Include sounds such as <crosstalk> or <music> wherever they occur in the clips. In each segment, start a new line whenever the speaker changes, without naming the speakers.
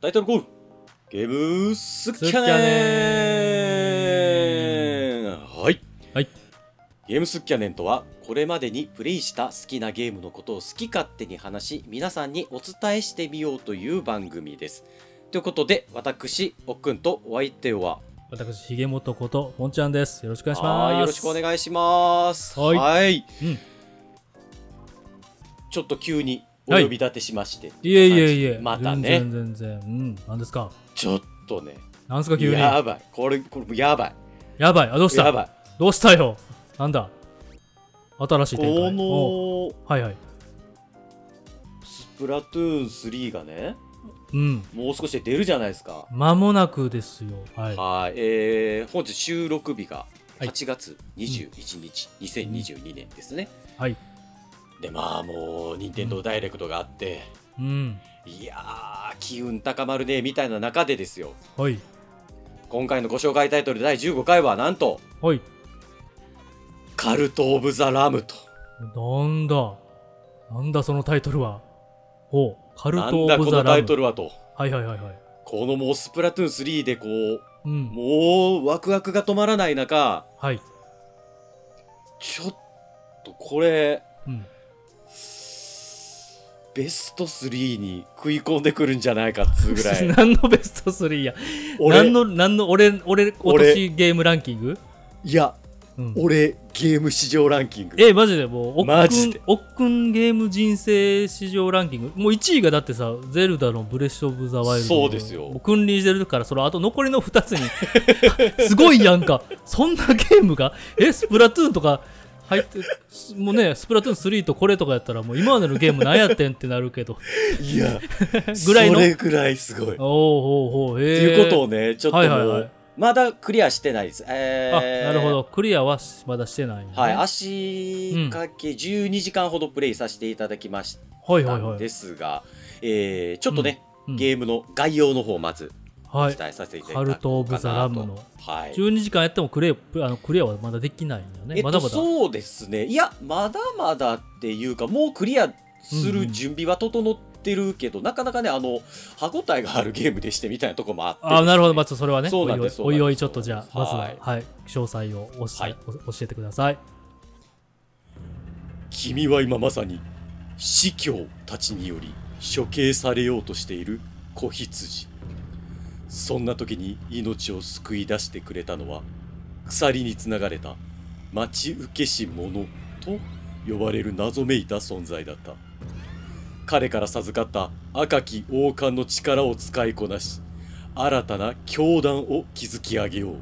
タイトルコールゲームスキャ
スキャ
ネンはい、
はい、
ゲームスキャネンとはこれまでにプレイした好きなゲームのことを好き勝手に話し皆さんにお伝えしてみようという番組ですということで私おっくんとお相手は
私、ひげもとこと、もんちゃんです。よろしくお願いしま
は
す。
いよろしくお
い。
願いします
はい
い
うん
ちょっと急にお呼び立てしまして、
いえいえいえ。
また
全
ね
然全然。うん。何ですか
ちょっとね
何ですか、急に。や
やばいこれこれやばい
ばい。あ、どうし
や
た
ばい
どうしたよ。なんだ新しい展開。おう
こ
はいはい。
のスプラトゥーン3がね
うん。
もう少しで出るじゃないですか
間もなくですよ。はい。
はいえー本日収録日が
はい
8月21日、2022年ですね
はい。
でまあもう任天堂ダイレクトがあって、
うん。
いやー機運高まるねみたいな中でですよ
はい。
今回のご紹介タイトル第15回はなんと
はい。
「カルト・オブ・ザ・ラム」と
なんだなんだそのタイトルは。おう。カル
な
ト・
ん
オ
だこ
ブ・ザ・
の
ラ
タ
ム。
イトルはと
はいはいはいはい。
このもうスプラトゥーン3でこう
うん。
もうワクワクが止まらない中
はい。
ちょっとこれ
うん。
ベスト3に食い込んでくるんじゃないかっつうぐらい
<laughs> 何のベスト3や
俺
何の何の俺俺今年ゲームランキング、
いや
うん、
俺ゲーム市場ランキング
えマジでもうおっくん
マジで
おっくんゲーム人生史上ランキングもう1位がだってさゼルダのブレス・オブ・ザ・ワイルド
そうですよ
もう君臨してるからそのあと残りの2つに <laughs> すごいやんかそんなゲームがえスプラトゥーンとか入ってすもうねスプラトゥーン3とこれとかやったらもう今までのゲーム何やってんってなるけど
いや
ぐらいの
それぐらいすごいっ
おうおうおう
て
え
いうことをねちょっとも
は
う、
いはいはい
まだクリアしてないですえ
あ
ー
なるほどクリアはまだしてない、ね、
はい
はい
足掛け12時間ほどプレイさせていただきまし
はい
た
はい
ん
はい
ですが、えーちょっとね、
うん
ゲームの概要の方をまずお
はい
伝えさせていただき
カルト・オブ・ザ・ラムの
はい、
12時間やってもクレあのクリアはまだできないんだよね、
えっ
ま
と、
だまだ
そうですね、いや、まだまだっていうか、もうクリアする準備は整ってるけど、なかなかね、あの歯応えがあるゲームでしてみたいなところもあって、
あなるほどまずそれはね
そうなんです
おいおいおいおいち
そ
ょ
う
っ
なんです
とじゃあま
はい
ずは、はい詳細をおし、
はい
お教えてください
君は今まさに司教たちにより処刑されようとしている子羊そんな時に命を救い出してくれたのは鎖につながれた待ち受けし者と呼ばれる謎めいた存在だった彼から授かった赤き王冠の力を使いこなし新たな教団を築き上げよう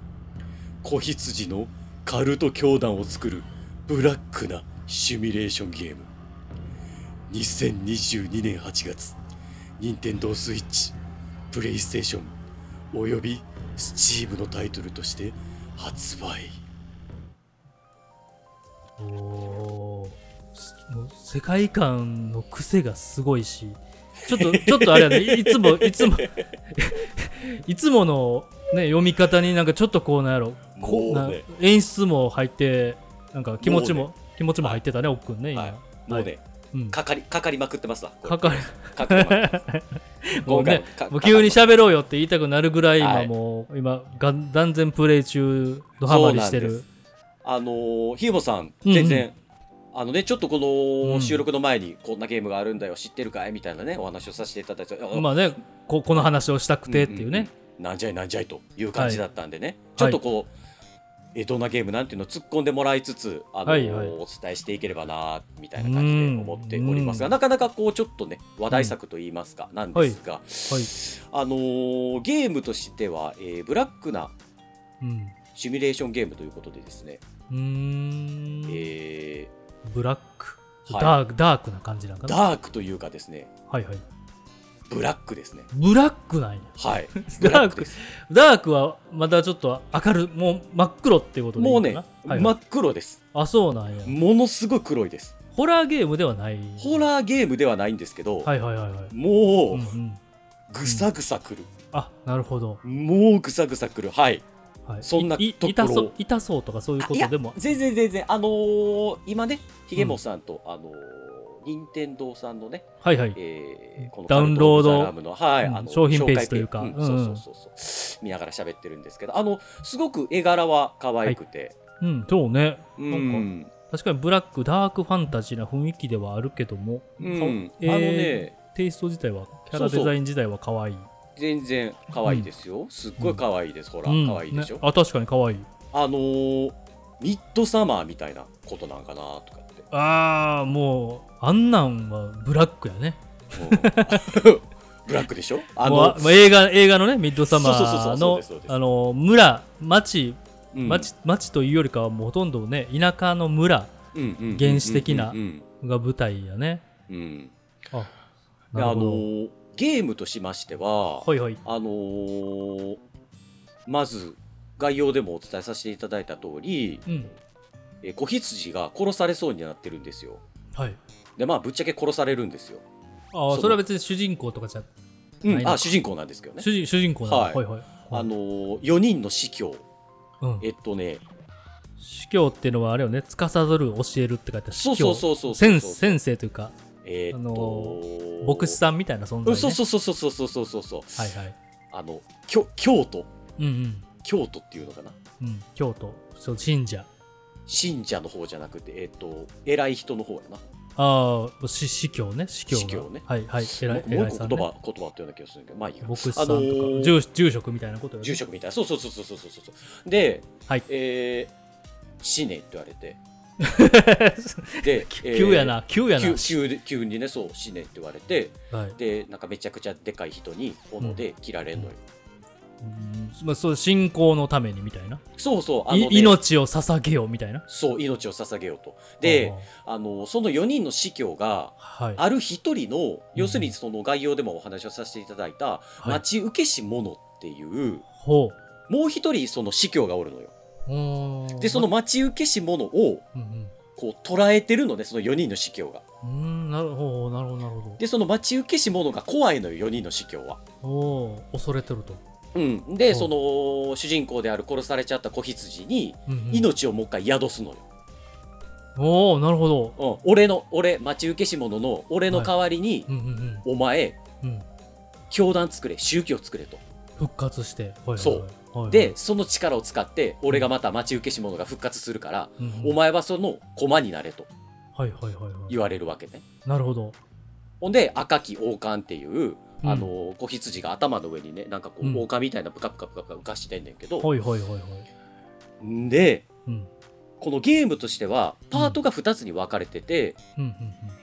子羊のカルト教団を作るブラックなシミュレーションゲーム2022年8月任天堂スイッチプレイステーションおよびスチームのタイトルとして発売
おおーすもう世界観の癖がすごいしちょ
<laughs>
っとちょっとあれやねいいつもいつも <laughs> いつもの、ね、読み方になんかちょっとこうなんやろこ
もうね
な演出も入ってなんか気持ちも
も
気持ちも入ってたね、おっくんね今、
はいもうね、
うん、
かかりかかりまくってますわこれ
かかる
かかりまくってます
<laughs> もう
今回
ね
もか、
もう急に喋ろうよって言いたくなるぐらい
は
今
い
もう、今が断然プレイ中ドハマりして
そうなん
る
であのー、ひよぼさん
うんうん
全然、あのね、ちょっとこ
う
の
ん
収録の前にこんなゲームがあるんだよ、知ってるかいみたいなねお話をさせていただいて、あ
まあねここの話をしたくてっていう
うん
ね、
うんうんなんじゃいなんじゃいという感じだったんでね、
い
ちょっとこう、えどんなゲームなんていうのを突っ込んでもらいつつ、あの
はいはい
お伝えしていければなみたいな感じで思っておりますが、
うん
なかなかこうちょっとね話題作といいますか、なんですが、
はい、
あのーゲームとしては、えーブラックな
うん
シミュレーションゲームということでですね、
うーん、
え
ブラック
はい
ダーク、ダークな感じなんか
ー
な
ダークというかですね
はいはい
ブラックですね
ブラックなんや
はいブラ
<laughs> ダー
ック
ク
です
ダークはまたちょっと明るいもう真っ黒っていうことでいい
もう
の
ね
かな、はいはい
真っ黒です
あそうなんや
ものすごい黒いです
ホラーゲームではない
ホラーゲームではないんですけど、
はいはいはいはい
もう、
うんうん、
ぐさぐさくる。
あなるほど、
もうぐさぐさくる。はい。
はい、
そんない
い
ところ
痛そう痛そうとかそういう
あ
ことでも
全然全然。あのー今ね、ひげもさんと、あのー任天堂さんのね、
はいはい。
えーこの
ダウンロード
カルトオブザラムの、はい
うん
あの
商品ページ
紹介
というか
うん
うん
そうそうそうそう見ながら喋ってるんですけどあのすごく絵柄は可愛くて、
うん、そうね。
うん
なん確かにブラック、ダークファンタジーな雰囲気ではあるけども、
うん
えー
あのね
テイスト自体は、キャ
そ
ラ
うそう
デザイン自体は可愛い。
全然可愛いですよ、すっごい可愛いです、ほら
うん
可愛いでしょ、
ねあ、確かに可愛い。
あのーミッドサマーみたいなことなんかなとかって
あー、もう、あんなんはブラックやね。
うん <laughs> ブラックでしょあ
もうあ
の
もう映画映画のね、ミッドサマ
そうそうそう
ー
そう
の
ですそうです
あの村、町、
うん
町,、町というよりかは、もうほとんどね、田舎の村
うんうん
原始的な
うんうん
が舞台やね。
うんうん
あ、
であのーゲームとしましては、
はいはい。
あのーまず概要でもお伝えさせていただいた通り、
うん。
えー子羊が殺されそうになってるんですよ。
はい。
でまあぶっちゃけ殺されるんですよ。
あ
そ
あ、
う
それは別に主人公とかじゃ、
う
ない
ん、
の
あ主人公なんですけどね。
主人主人公なの、は、
はいい
はいはい
あのー、4人の司教
うん。
えっとね
主教っていうのはあれよね、司る、教えるって書いてある。
そうそう
う
そうそうそう
先
そう
先生というか、
えーっと、
あの牧師さんみたいな存在、ね。
うんそうそうそうそうそうそうそうそう
はいはい。
あの京京都
うんうん。
京都っていうのかな
うん、京都、そう信者。
信者の方じゃなくてえーっと偉い人の方やな
ああ、司司教ね、司教が。
司教ね
はいはい、偉
ないんかもう
偉い
一
さ
個
ん、
言
ね。
葉、言葉ってような気がするんだけどまあいいや
牧師さんと
あ
か、
のー
住住職みたいなことよね
住職みたいなそうそうそうそうそうそうそうで、
はい
えー、死ねって言われ
<laughs>
てで
急や、な、急
え
や
ー
な
急。急で急にねそう死ねって言われて
はい。
でなんかめちゃくちゃでかい人に斧で切られんのよ、
うんまあ、そう信仰のためにみたいな。
そうそうあのね、
い命を捧げようみたいな。
そう命を捧げようとで、あのその4人の司教が
はい。
ある一人の、要するにその概要でもお話をさせていただいた、
はい
町受け師者っていう
ほ
もう一人その司教がおるのよ
うおー。
でその町受け師者を
うん
こう捉えてるのねその4人の司教が
うん。うーん、なるほど、なるほど、なるほ
でその待ち受け師者が怖いのよ4人の司教は。
ど。おお、恐れてると。
うん、で、
うん
その主人公である殺されちゃった子羊に
うんうん、
命をもう一回宿すのよ。
おお、なるほど。
うん、俺の俺待ち受け師者の俺の代わりに、
うんうん
お前
うん。うん、
教団作れ宗教作れと。
復活して。はいはいはい、
そう
はいはい、
でその力を使って俺がまた待ち受け師者が復活するから、
うんうん、
お前はその駒になれと
はいはいはいはい。
言われるわけね。
なるほど。
ほんで赤き王冠っていう。
うん
あの子羊が頭の上にねなんかこ
うん
う王冠みたいなプカプカプカプカ浮かしてんねんけど、
はいはいはいはい。
んで
うん。
このゲームとしてはパートが2つに分かれてて、
うんうん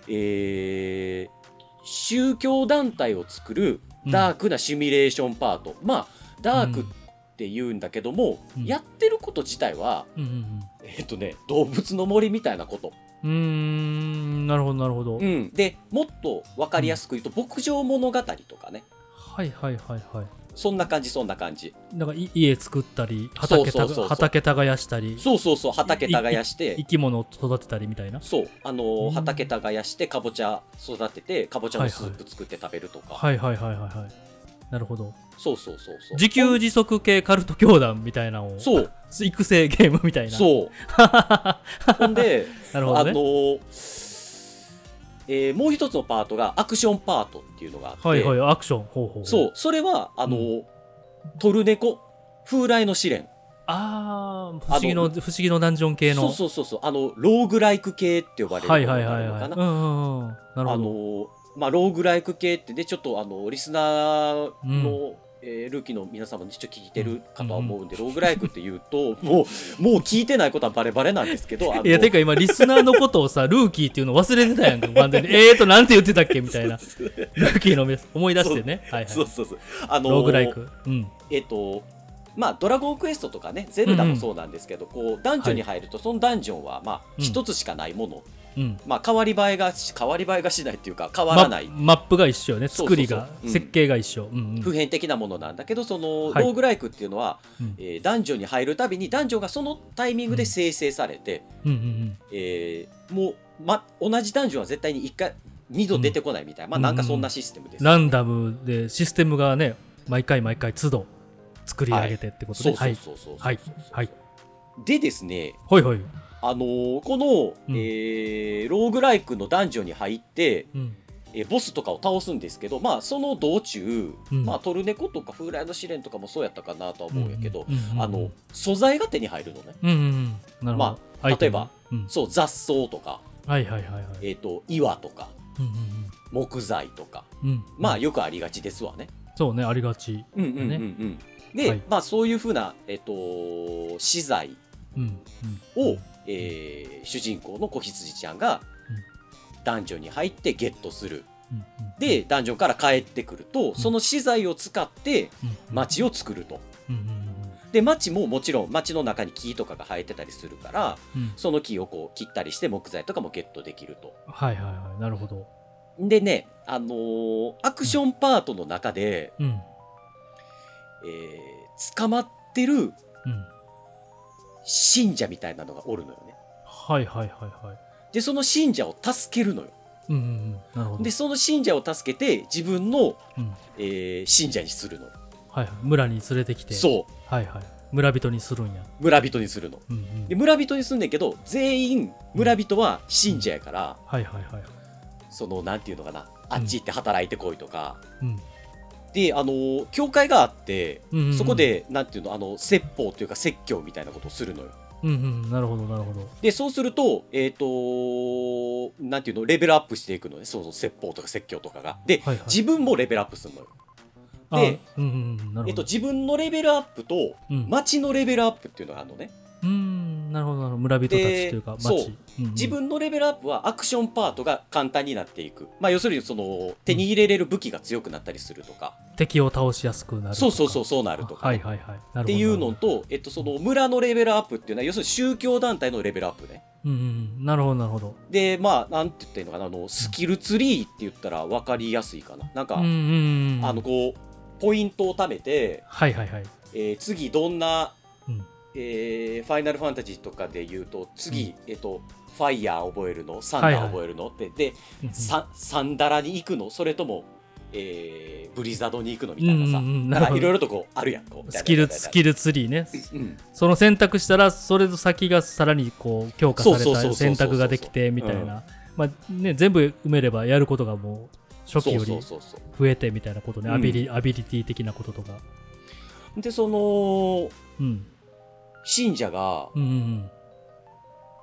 えー宗教団体を作る
うん。
ダー
ー
クなシミュレーションパート、まあダークって言うんだけども、
うん
やってること自体は、
うんうん
えっとね、動物の森みたいなこと、
うん。うーん、なるほど、なるほど。
うん、でもっと分かりやすく言うと牧場物語とかね
はいはいはいはい。
そんな感じそんな感じ
なんかい家作ったり畑
そ
た
うそうそうそう
畑耕したり
そうそうそう畑耕して
生き物を育てたりみたいな
そうあの
う
ー
ん
畑耕してかぼちゃ育ててかぼちゃのスープ作って食べるとか、
はいはいはいはいはいなるほど
そうそうそうそう
自給自足系カルト教団みたいなのを
そう
育成ゲームみたいなう
そう
な <laughs>
ほんで、
る
あ
ほど
の
ね
ーえーもう一つのパートがアクションパートっていうのがあって、
はいはいアクション方法
そうそれはあのートルネコ風来の試練
ああ不思議の不思議のダンジョン系の
そうそうそうそうあのローグライク系って呼ばれる
はい
もの
はい
にな
はい
るの
は
か
い
な
うんうんうんなる
あ
ほ
の
ど
ーまあローグライク系ってねちょっとあのリスナーの、えールーキーの皆様にちょっと聞いてるかとは思うんで、ローグライクって言うともうもう聞いてないことはバレバレなんですけ
<laughs>
どあの
いやてか今リスナーのことをさルーキーっていうの忘れてたやんか
<laughs>
完全にえーとなんて言ってたっけみたいなルーキーの皆さん思い出してねはいはい
そうそうそうあのー
ローグライクうん
えっとまあ、ドラゴンクエストとかねゼルダもそうなんですけど、こうダンジョンに入ると、そのダンジョンはまあ
うん
一つしかないもの、
うん
まあ、変わり映えがし変わり映えがしないっていうか変わらない
ママップが一緒よね
そう
作
そうそう
りが
うん
設計が一緒うんうん
普遍的なものなんだけどその
はい
ローグライクっていうのは、
うん
えーダンジョンに入るたびにダンジョンがそのタイミングで生成されて、
うんうん
えーもう、ま、同じダンジョンは絶対に1回2度出てこないみたいな、
うん
まあなんかそんなシステムで
う
す、
んランダムでシステムがね毎回毎回都度作り上げてってこ
そ
とで
う
は
そう
い
そうそうそうそうそう
はいはい
でですね、
はいはい。
あのーこの、
うん
えーローグライクのダンジョンに入って、
うん。
えーボスとかを倒すんですけど、まあ、その道中、
うん
まあ、トルネコとか風来の試練とかもそうやったかなとは思うんやけど、
うんうんうん
あの、素材が手に入るのね。
うんうんうん。なるほど。
ま
アイテム
例えば。
うん。
そう、雑草とか、
はいはいはいはい。
えっ、と、岩とか、
うんうん
木材とか、
うん。うん
まあ、よくありがちですわね。
そうね、ありがち。
うんうんうんう
ね
ん。で、
はい
まあ、そういうふうな、えっ、と、資材
うん。
を、えー主人公の子羊ちゃんが、ダンジョンに入ってゲットする。
うん、
で、ダンジョンから帰ってくると、その資材を使って
うん、
町を作ると。
うんうん
で、町ももちろん町の中に木とかが生えてたりするから、
うんうん。
その木をこう切ったりして木材とかもゲットできると。
はいはいはい。なるほど。
でね、あのーアクションパートの中で、
うん。うん。
えー捕まってる信者みたいなのがおるのよね。
はいはいはいは
で、その信者を助けるのよ。
い。うんうんうん。なるほど。
で、その信者を助けて自分の、
うん。
えー信者にするの。
はいはい。村に連れてきて。う。
そ
はいはい。村人にするんや。
う。村人にするの。
うんうん
で、。村人にすんねんけど、全員村人は信者やから、
はいはいはい。
その、なんていうのかな、あっち行って働いてこいとか。
うん。
で、あのー教会があって、
うんうんうん
そこ。で、なんていうの、あの、説法というか説教みたいなことをするのよ。
うんうん。なるほどなるほど。
で、そうすると、えっ、となんていうの、レベルアップしていくのね。そうそう、説法とか説教とかが。で、
はいはい。
自分もレベルアップするのよ。
あ
で、
うんうんうん。
えっ
なるほ
と、
ど。
自分のレベルアップと、
うん
町のレベルアップっていうのがあるのね。
うん。なるほどなるほど。村人たちというか、
で
町。
そう
うんうん
自分のレベルアップはアクションパートが簡単になっていく。まあ、要するに、その、手に入れれる武器が強くなったりするとか。
敵を倒しやすくなるとか。
そうそうそう、そうなるとか。
はいはいはい。なるほど。
っていうのと、えっと、その村のレベルアップっていうのは、要するに宗教団体のレベルアップね。
うんうん。なるほどなるほど。
で、まあ、なんて言ったらいいのかな、あの、スキルツリーって言ったら分かりやすいかな。なんか、
うんうんうん。
あの、こう、ポイントを貯めて、
はいはいはい。
えー次どんな、
うん
えーファイナルファンタジーとかで言うと、次、えっと、ファイヤー覚えるの、サン
はい
ダ
は
ー
い
覚えるのって、で、
うんうん
サンサンダラに行くのそれとも、えーブリザードに行くのみたいなさ、
うんうんうん
なんかいろい
なる
ろとこうあるやん。こ
ほ
う
どスキルスキルツリーね。
うん
その選択したらそれと先がさらにこう強化され
そうそうそうそう
た選択ができてみたいな。まあね全部埋めればやることがもう初期よ
そ
り
うそうそうそ
増えてみたいなことね。
うん
アビリアビリティ的なこととか。
うでその
うん
信者が
うんうんうん。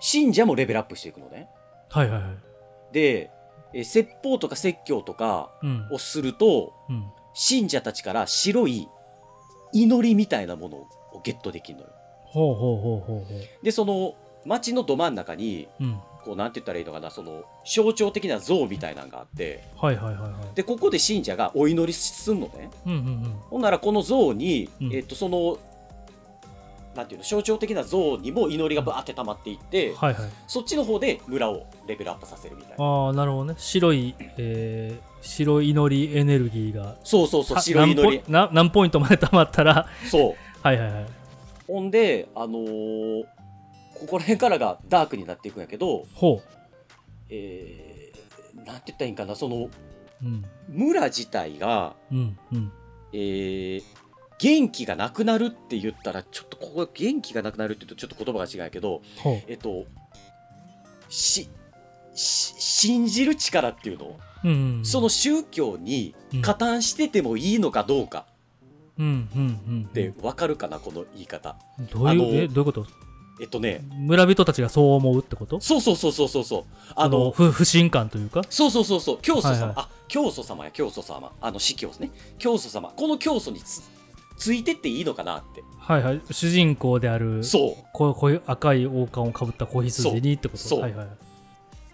信者もレベルアップしていくのね
はいはいはい。
で、えー説法とか説教とか
うん
をすると
うん。
信者たちから白い祈りみたいなものをゲットできるのよ
ほうほうほうほうほ
でその町のど真ん中に
う。うん。
こうなんて言ったらいいのかなその象徴的な像みたいなのがあって
はいはいはいはい。
でここで信者がお祈りすんのね
うんうん
ほんならこの像に、
うん
えっとそのなんていうの象徴的な像にも祈りがバーって溜まっていって、
うん。はいはい。
そっちの方で村をレベルアップさせるみたいな。
ああなるほどね。白い、えー、白い祈りエネルギーが
そうそうそう、
は
白い祈り。
何ポイな何ポイントまで溜まったら <laughs>
そう。
はいはいはい
ほんで、あのーここら辺からがダークになっていくんやけど、
ほ
えー、なんて言ったらいいんかな、その、
ううん
村自体が、
うんうん
えー、元気がなくなるって言ったら、ちょっとここ元気がなくなるって言うとちょっと言葉が違うんやけど、
ほ
えっと、し、し信じる力っていうの、
ううんうん
その宗教に加担しててもいいのかどうか
うんうんうん
ってわかるかな、この言い方。
どうい
あ
う
の
えどういうこと
えっとね、
村人たちがそう思うってこと
そうそうそうそうそうそう。あ
あ
の
の、不不信感というか
そうそうそうそう、教祖様、
はいはい
あ、教祖様や教祖様、あの、司教ですね。教祖様、この教祖につついてっていいのかなって。
はいはい主人公である
そ
こうこういう赤い王冠をかぶった子羊にってこと
そう。
はいはいう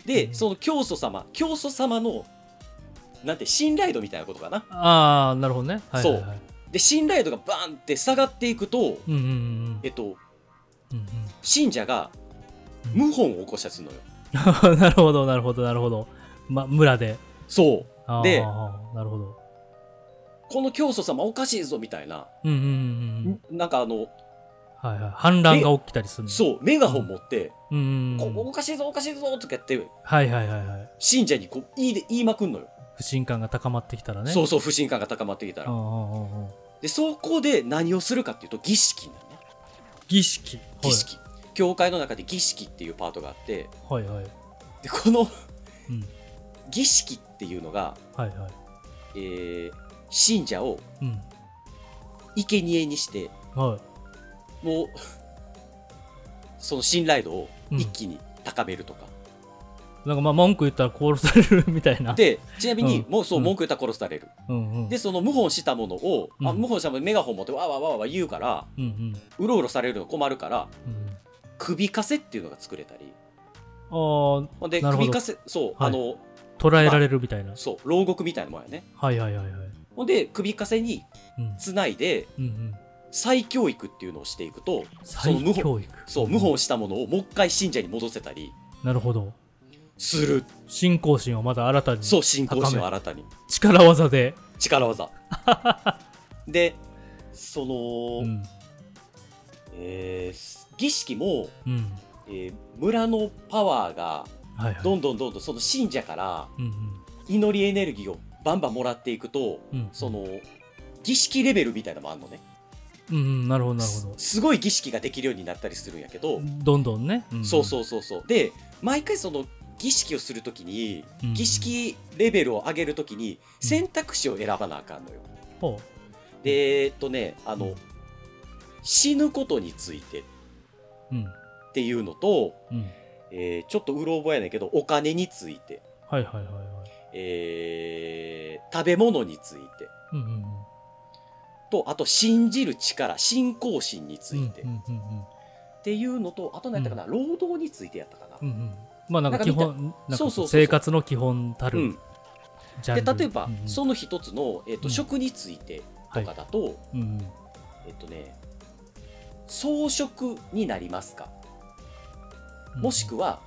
で、
うん
その教祖様、教祖様の、なんて、信頼度みたいなことかな。
ああなるほどねはいはいはい
で、信頼度がバーンって下がっていくと、
うんうんうん
えっと、
うん
信者が
うん
謀反を起こしたりするのよ。
うん <laughs> なるほどなるほどなるほどま村で
そう。
あー
で
なるほど
この教祖様おかしいぞみたいな、
うんうんうんうん
なんかあの、
はいはい、反乱が起きたりするの
そう、メガホン持って、
う。うんうん
こおかしいぞおかしいぞとかやって、
はいはいはいはい。
信者にこう言いで言いまくんのよ。
不信感が高まってきたらね。
そううそう、不信感が高まってきたら。
んうんうんうん
でそこで何をするかっていうと儀式なのね
儀式。
儀式、教会の中で儀式っていうパートがあって
はいはい。
でこの
うん。
儀式っていうのが、
はいはい。
えー信者を
うん。
生贄にして
は
もうその信頼度を
うん
一気に高めるとか、
い。なんかまあ文句言ったら殺されるみたいな。
でちなみに、
うん
もうそう
うん
文句言ったら殺される、
うんうん。
でその謀反したものを、あ
うん
謀反したものメガホン持ってわーわーわーわー言うから
うんうん。
うろうろされるの困るから
うん、
首かせっていうのが作れたり
あー
ほんで
なるほど
首かせそう、
はい
あの
捉えられるみたいな。
そう牢獄みたいなもんやね
はいはいはいはい。
ほんで首かせに
うん。
つないで
うんうん。
再教育っていうのをしていくとその
再
謀反
教育。
そう謀反したものをもう一回信者に戻せたり
なるほど。
する
信仰心をまた新たに。
そう信仰心を新たに
力技で。
力
<laughs>
技でその、
うん。
えー儀式も、
うん。
えー村のパワーが
はいはい。
どんどんどんどんその信者から
うんうん。
祈りエネルギーをバンバンもらっていくと
うん。
そ。の儀式レベルみたいなのもあんのね
うんうん。なるほどなるほど
す。すごい儀式ができるようになったりするんやけど、
どんどんね。ん
そうそうそうそうで毎回その儀式をするときに
うんうん
儀式レベルを上げるときに
うん
選択肢を選ばなあかんのよ。
ほ
でえっとねあ
う
の
ん
死ぬことについてっ
う。うん。
ていうのと、
うん。
えーちょっとうろ覚えやねんけどお金について、
はいはいはいはい。
えー食べ物について
うんうんうん。
とあと信じる力信仰心について、
うん
っ
うんうんうん。
ていうのとあと何やったかな、労働についてやったかな。
うんうん、まあなんか基本なん
そうそ
か
うそう
生活の基本た
う
る
ん
ジャン
で
ル、
例えば、
うんうん
その一つの、えーと
うん
食についてとかだと、
うんうん
えっとね装飾になりますか
うん
もしくは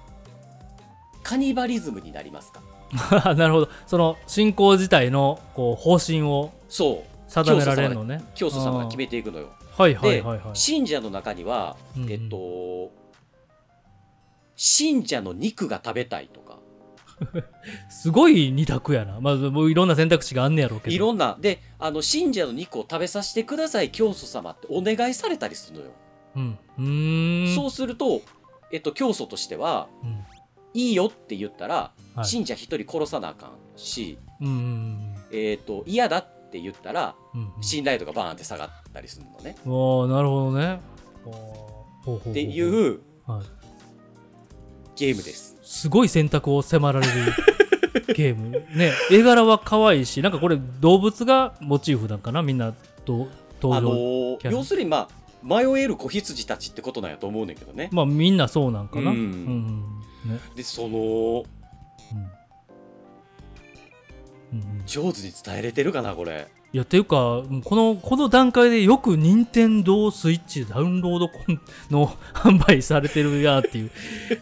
カニバリズムになりますか
は <laughs> なるほどその信仰自体のこう方針を
そう
定められるのね
教祖様が決め
て
ていくのよ
はいはい
で、
はいはい
信者の中には、
うんうん
えっと信者の肉が食べたいとか
すごい二択やなまあもういろんな選択肢があんねやろうけど
いろんなであの信者の肉を食べさせてください教祖様ってお願いされたりするのよ、
うんうーん
そうすると、えっと、教祖としては
うん
いいよって言ったら、
はい
信者一人殺さなあかんし
うんうん
えー、と嫌だって言ったら
うんうん
信頼度がバーンって下がったりするのね。
おーなるほどねおーほうほうほうほう
っていう
はい
ゲームです。
すごい選択を迫られるゲーム
<laughs>
ね絵柄は可愛いしなんかこれ動物がモチーフなんかなみんなと登
あの
場、
ー
キャラ
要するにまあ迷える子羊たちってことなんやと思うねんけどね。
まあみんなそうなんかな
う
うんんうんね
でその
うんうんうん
上手に伝えれてるかなこれ。
いやっていうかもうこのこの段階でよく任天堂スイッチダウンロードコンの販売されてるやっていう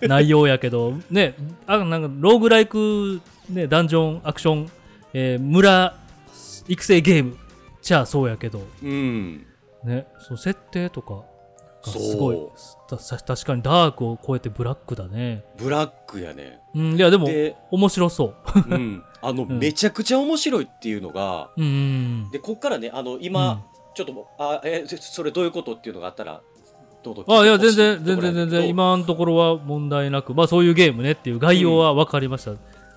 内容やけど <laughs> ねあなんかローグライク、ね、ダンジョンアクション、えー村育成ゲームじゃあそうやけど
うん。
ね、そう設定とかが
そう
すごいたさ確かにダークを超えてブラックだね、
ブラックやね。
うん、いやでも
で、
面白そう
<laughs> うん、あの、
うん
めちゃくちゃ面白いっていうのが。
うんうん
でこっからねあの今、ちょっともあえそそれどういうことっていうのがあったらどうぞ聞
うん、あいや
てほ
全
しと
然
ころ
全
やねん
然
けど
全然今のところは問題なくまあそういうゲームねっていう概要は分かりました、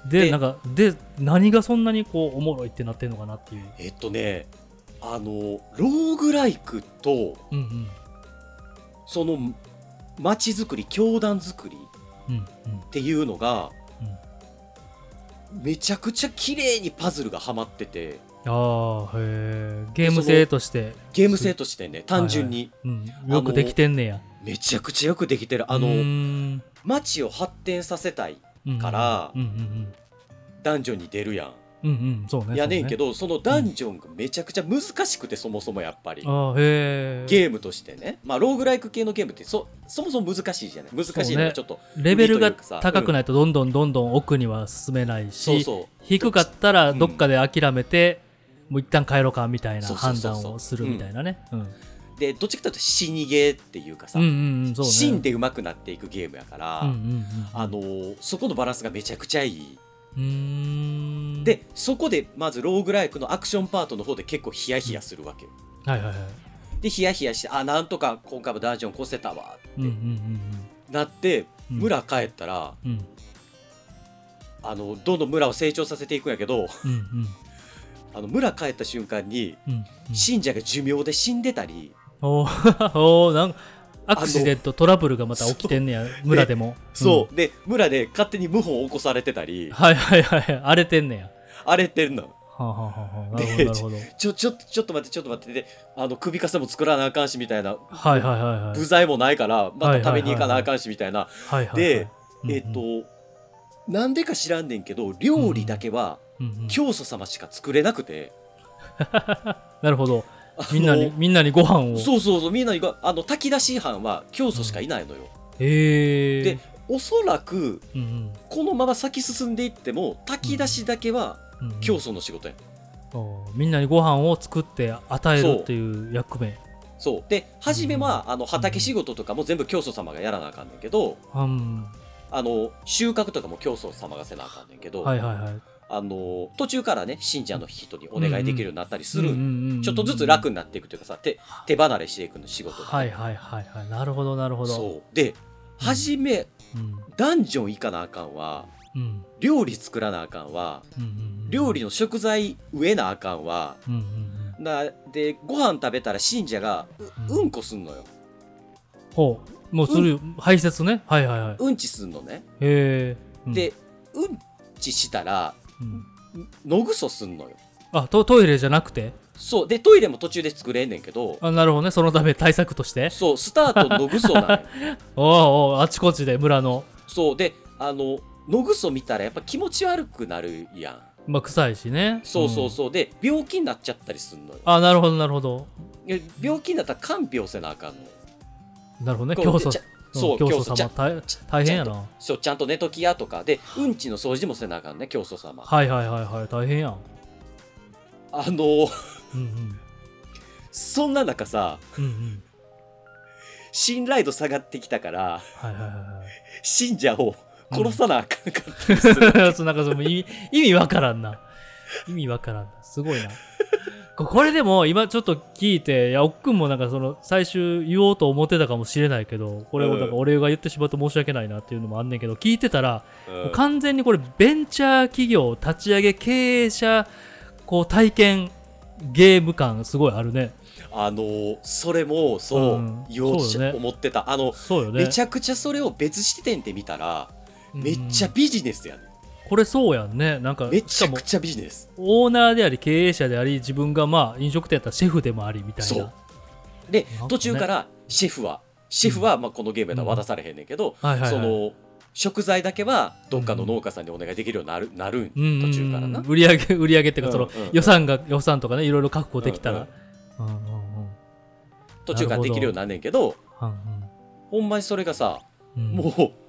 で
で
なんかで何がそんなにこうおもろいってなってんのかなっていう
えっとねあのローグライクと
うんうん
その町づくり教団づくりっ
うん
ていうのが、めちゃくちゃ綺麗にパズルがはまってて
うんああへえゲーム性として、
ゲーム性としてね単純に
うん、よくできてんねや
めちゃくちゃよくできてるあ
うー
の
ん
町を発展させたい
うん
から
うんうん
ダンジョンに出るや
うんうんうんそうね
んやねん
そう
けどそのダンジョンがめちゃくちゃ難しくてそもそもやっぱり
あーへえ
ゲームとしてねまあローグライク系のゲームってそそもそも難しいじゃない難しいのがちょっと
レベル
海
が
というかさ
高くないとどんどんどんどん奥には進めないし、
そうそう
低かったら
うん
どっかで諦めて、もう一旦帰ろうかみたいな
そうそう
判
そうそう
断をするみたいなね。うんうん
でどっちかというと死にゲーっていうかさ、
うんうんそうね。
死んで上手くなっていくゲームやから、
うんうんうん、
あのーそこのバランスがめちゃくちゃいい、
うーん
でそこでまずローグライクのアクションパートの方で結構ヒヤヒヤするわけよ
はいはいはい。
でヒヤヒヤしてあなんとか今回もダンジョン越せたわって、
うんうんうん
なって
うん
村帰ったら、
うんうん
あのどんどん村を成長させていくんやけど <laughs>
うんうん
あの村帰った瞬間に
うんうん
信者が寿命で死んでたり
おー <laughs> おーなんかアクシデントトラブルがまた起きてんねや村でも
そう、で村で勝手に謀反を起こされてた
う
り
んはいはいはい荒れてんねや
荒れてるの
はあはあはあはあなるほ
で
どなるほど
ちょちょっとちょっと待ってちょっと待ってであの首かさも作らなあかんしみたいな
はいはいはいはい
部材もないからまた食べに行かなあかんしみたいな、
はいはいはい
で
うんうん
えっ、となんでか知らんねんけど料理だけは
うんうん
教祖様しか作れなくて、
なるほど
あの
みんなにみんなにご飯を
そうそうそうみんなにがあの炊き出し班は教祖しかいないのよ、
へえ
でおそらく
うんうん
このまま先進んでいっても炊き出しだけは
うんうん
教祖の仕事や、
おーみんなにご飯を作って与えるっていう役目
そうで初めは、あの畑仕事とかも全部教祖様がやらなあかんねんけど
うん
あの収穫とかも教祖様がせなあかんねんけど、
はいはいはい
あの途中からね信者の人にお願いできるようになったりする、
うんうんうんうん
ちょっとずつ楽になっていくというかさ手手離れしていくの仕事が、
はいはいはいはいなるほどなるほど
そうで初め
うん
ダンジョン行かなあかんは
うん
料理作らなあかんは
うんうんうん
料理の食材植えなあかんは
うんうん
なでご飯食べたら信者が
うん
うんこすんのよ
ほうもうするよ排泄ねはいはいはいへ
うんちすんのね、
えうん
でうんちしたら
うん
のぐそすんのよ
あトトイレじゃなくて
そうでトイレも途中で作れんねんけど
あなるほどねそのため対策として
そうスタートのぐそなんよ <laughs>
おおおーあちこちで村の
そうであののぐそ見たらやっぱ気持ち悪くなるやん
まあ臭いしね
そうそう
うん
そう、で病気になっちゃったりすんのよ
あなるほどなるほど
いや病気になったら看病せなあかんのよ
なるほどね
こ
競
う
争
ちゃそう
競
教
争
祖ちゃ
様大大変やな
そうちゃんと寝ときやとかでうんちの掃除もせなあかんね教祖様
はいはいはいはい大変やん
あの
うんうん
そんな中さ
うんうん
信頼度下がってきたから
はいはいはいはい
信者を殺さなあかんかった、
<laughs> そうなんかその意味意味わからんな。意味わからんな。すごいな。ここれでも今ちょっと聞いて、いや、おっくんもなんかその最終言おうと思ってたかもしれないけど、これをなんか
うん
俺が言ってしまうと申し訳ないなっていうのもあんねんけど、聞いてたら、
うん
完全にこれベンチャー企業立ち上げ経営者こう体験ゲーム感すごいあるね。
あのそれもそう、
うん
言おうとし
そうよね
思ってたあの、
そうよね。
めちゃくちゃそれを別視点で見たら
うん
めっちゃビジネスやね、
これそうやんね。なんか、
め
し
ち
か
ゃ
も
くちゃビジネス
オーナーであり経営者であり、自分がまあ飲食店やったらシェフでもありみたいな。
そうで、
なんかね
途中からシェフはシェフはまあこのゲームやったら渡されへんねんけど、
はいはいはい、
その食材だけはどっかの農家さんにお願いできるようになる,、なるん
うんうんうん
途中からな、
売り上げ売り上げっていうかその
うんうんうん
予算が予算とかねいろいろ確保できたらうんうんうん
途中からできるようになんねんけど
うん
ほんまにそれがさ、
うんうん
もう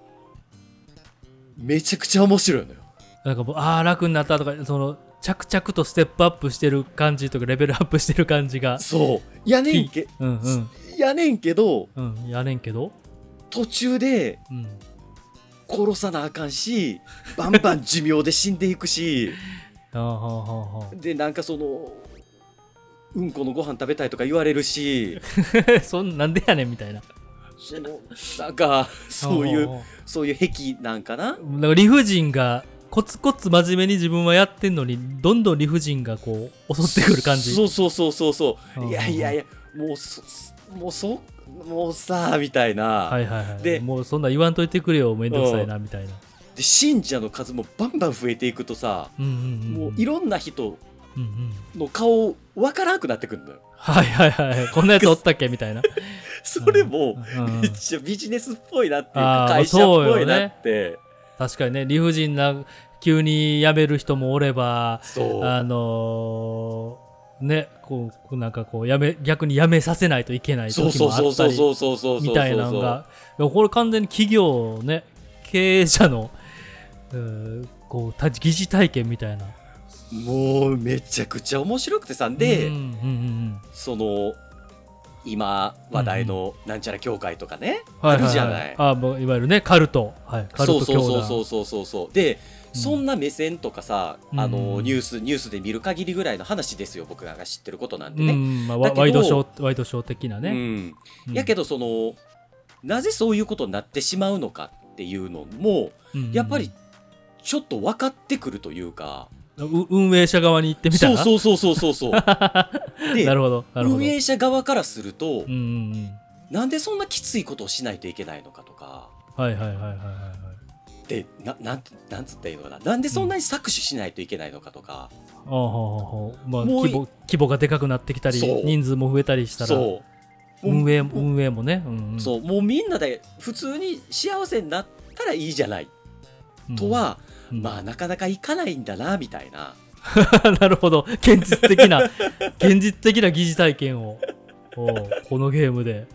めちゃくちゃ面白いのよ
なんかもうああ楽になったとかその着々とステップアップしてる感じとかレベルアップしてる感じ
<laughs>
が
そうやねんけ
うんうん
やねんけど
うんやれんけど
途中で
うん
殺さなあかんしバンバン寿命で死んでいくし
あーはあはあは
でなんかそのうんこのご飯食べたいとか言われるし
あ <laughs> そんなんでやねんみたいな
そのなんかそうい
あー
う
は
そういう癖なんかな
あはあなんか理不尽がコツコツ真面目に自分はやってんのにどんどん理不尽がこう襲ってくる感じ
そうそうそうそうそう
うん
いやいやいやもうそもうそもうさみたいな、
はいはいはい
で
もうそんなん言わんといてくれよめんどくさいなみたいな
で信者の数もバンバン増えていくとさ、
うんうんうん
もういろんな人
うんうん
の顔わからなくなってくるのよ
はいはいはい。こんなやつおったっけみたいな。
それも
うん
<laughs>
うん
めっちゃビジネスっぽいなっていう
あ
か
ー
会社っぽいなって
確かにね、理不尽な、急に辞める人もおれば、
そう,、
あのーね、こう、なんかこう、辞め、逆に辞めさせないといけない
そう
時
そう
も
そ
あ
う
った
そうそ
り、
うそうそうそう
みたいなのが、いやこれ完全に企業ね、経営者の、うんこう、た疑似体験みたいな。
もうめちゃくちゃ面白くてさで、
うんうんうん
その今話題のなんちゃら教会とかね、
はい
あるじゃ
は
ない
いあもういわゆるねカルト、はい、カル
そ
ト
う
教
そう
団
そうそうそうそうそうで、
うん
そんな目線とかさ
うん
あのニュースニュースで見る限りぐらいの話ですよ僕らが知ってることなんで
う
ね、
んまあ、
だ
ワ
けど
ワイドショーワイドショー的な
うん
ね、うん
やけどそのなぜそういうことになってしまうのかっていうのも
うん
やっぱりちょっと分かってくるというか、
う運営者側に行ってみた
そう
ら
そううそうそうそう
<laughs>
そうで
なるほどなるほど
運営者側からすると、
うんうんうん
なんでそんなきついことをしないといけないのかとか
はいはいはいはいはいはい
でななんてなんつったらいいのかななんでそんなに搾取しないといけないのかとか、
ああはあはあまあ
もうい
規模規模がでかくなってきたり
そう
人数も増えたりしたら
そう
運営も
もう
運営もね、うんうん、
そうもうみんなで普通に幸せになったらいいじゃない
うん
とは、
うん
まあなかなかいかないんだなみたいな
<laughs> なるほど現実的な現実的な疑似体験をおうこのゲームで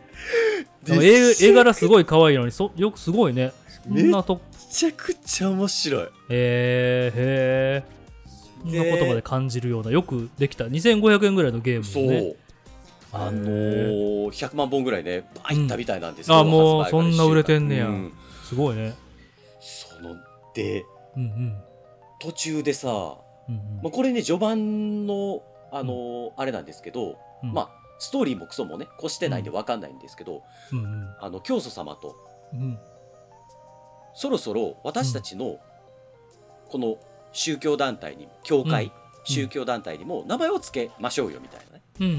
でも絵絵柄すごい可愛いのにそよくすごいねそんなと
めちゃくちゃ面白い
えー、へえそんな
で
言葉で感じるようなよくできた2500円ぐらいのゲーム
そ
も
う、
ね
あの
へ
ー、100万本ぐらいねバーいったみたいなんですけ
う
ど、
んあもう
発売から
そんな売れてんねや
う
すごいね
そので
うんうん
途中でさ、
うん
まあ、これね序盤のあのーあれなんですけど、
うん
まあストーリーもクソもね越してないんで分かんないんですけど、
うんうん
あの教祖様と
うん
そろそろ私たちのこの宗教団体に教会、
うん
宗教団体にも名前を付けましょうよみたいなね
うんう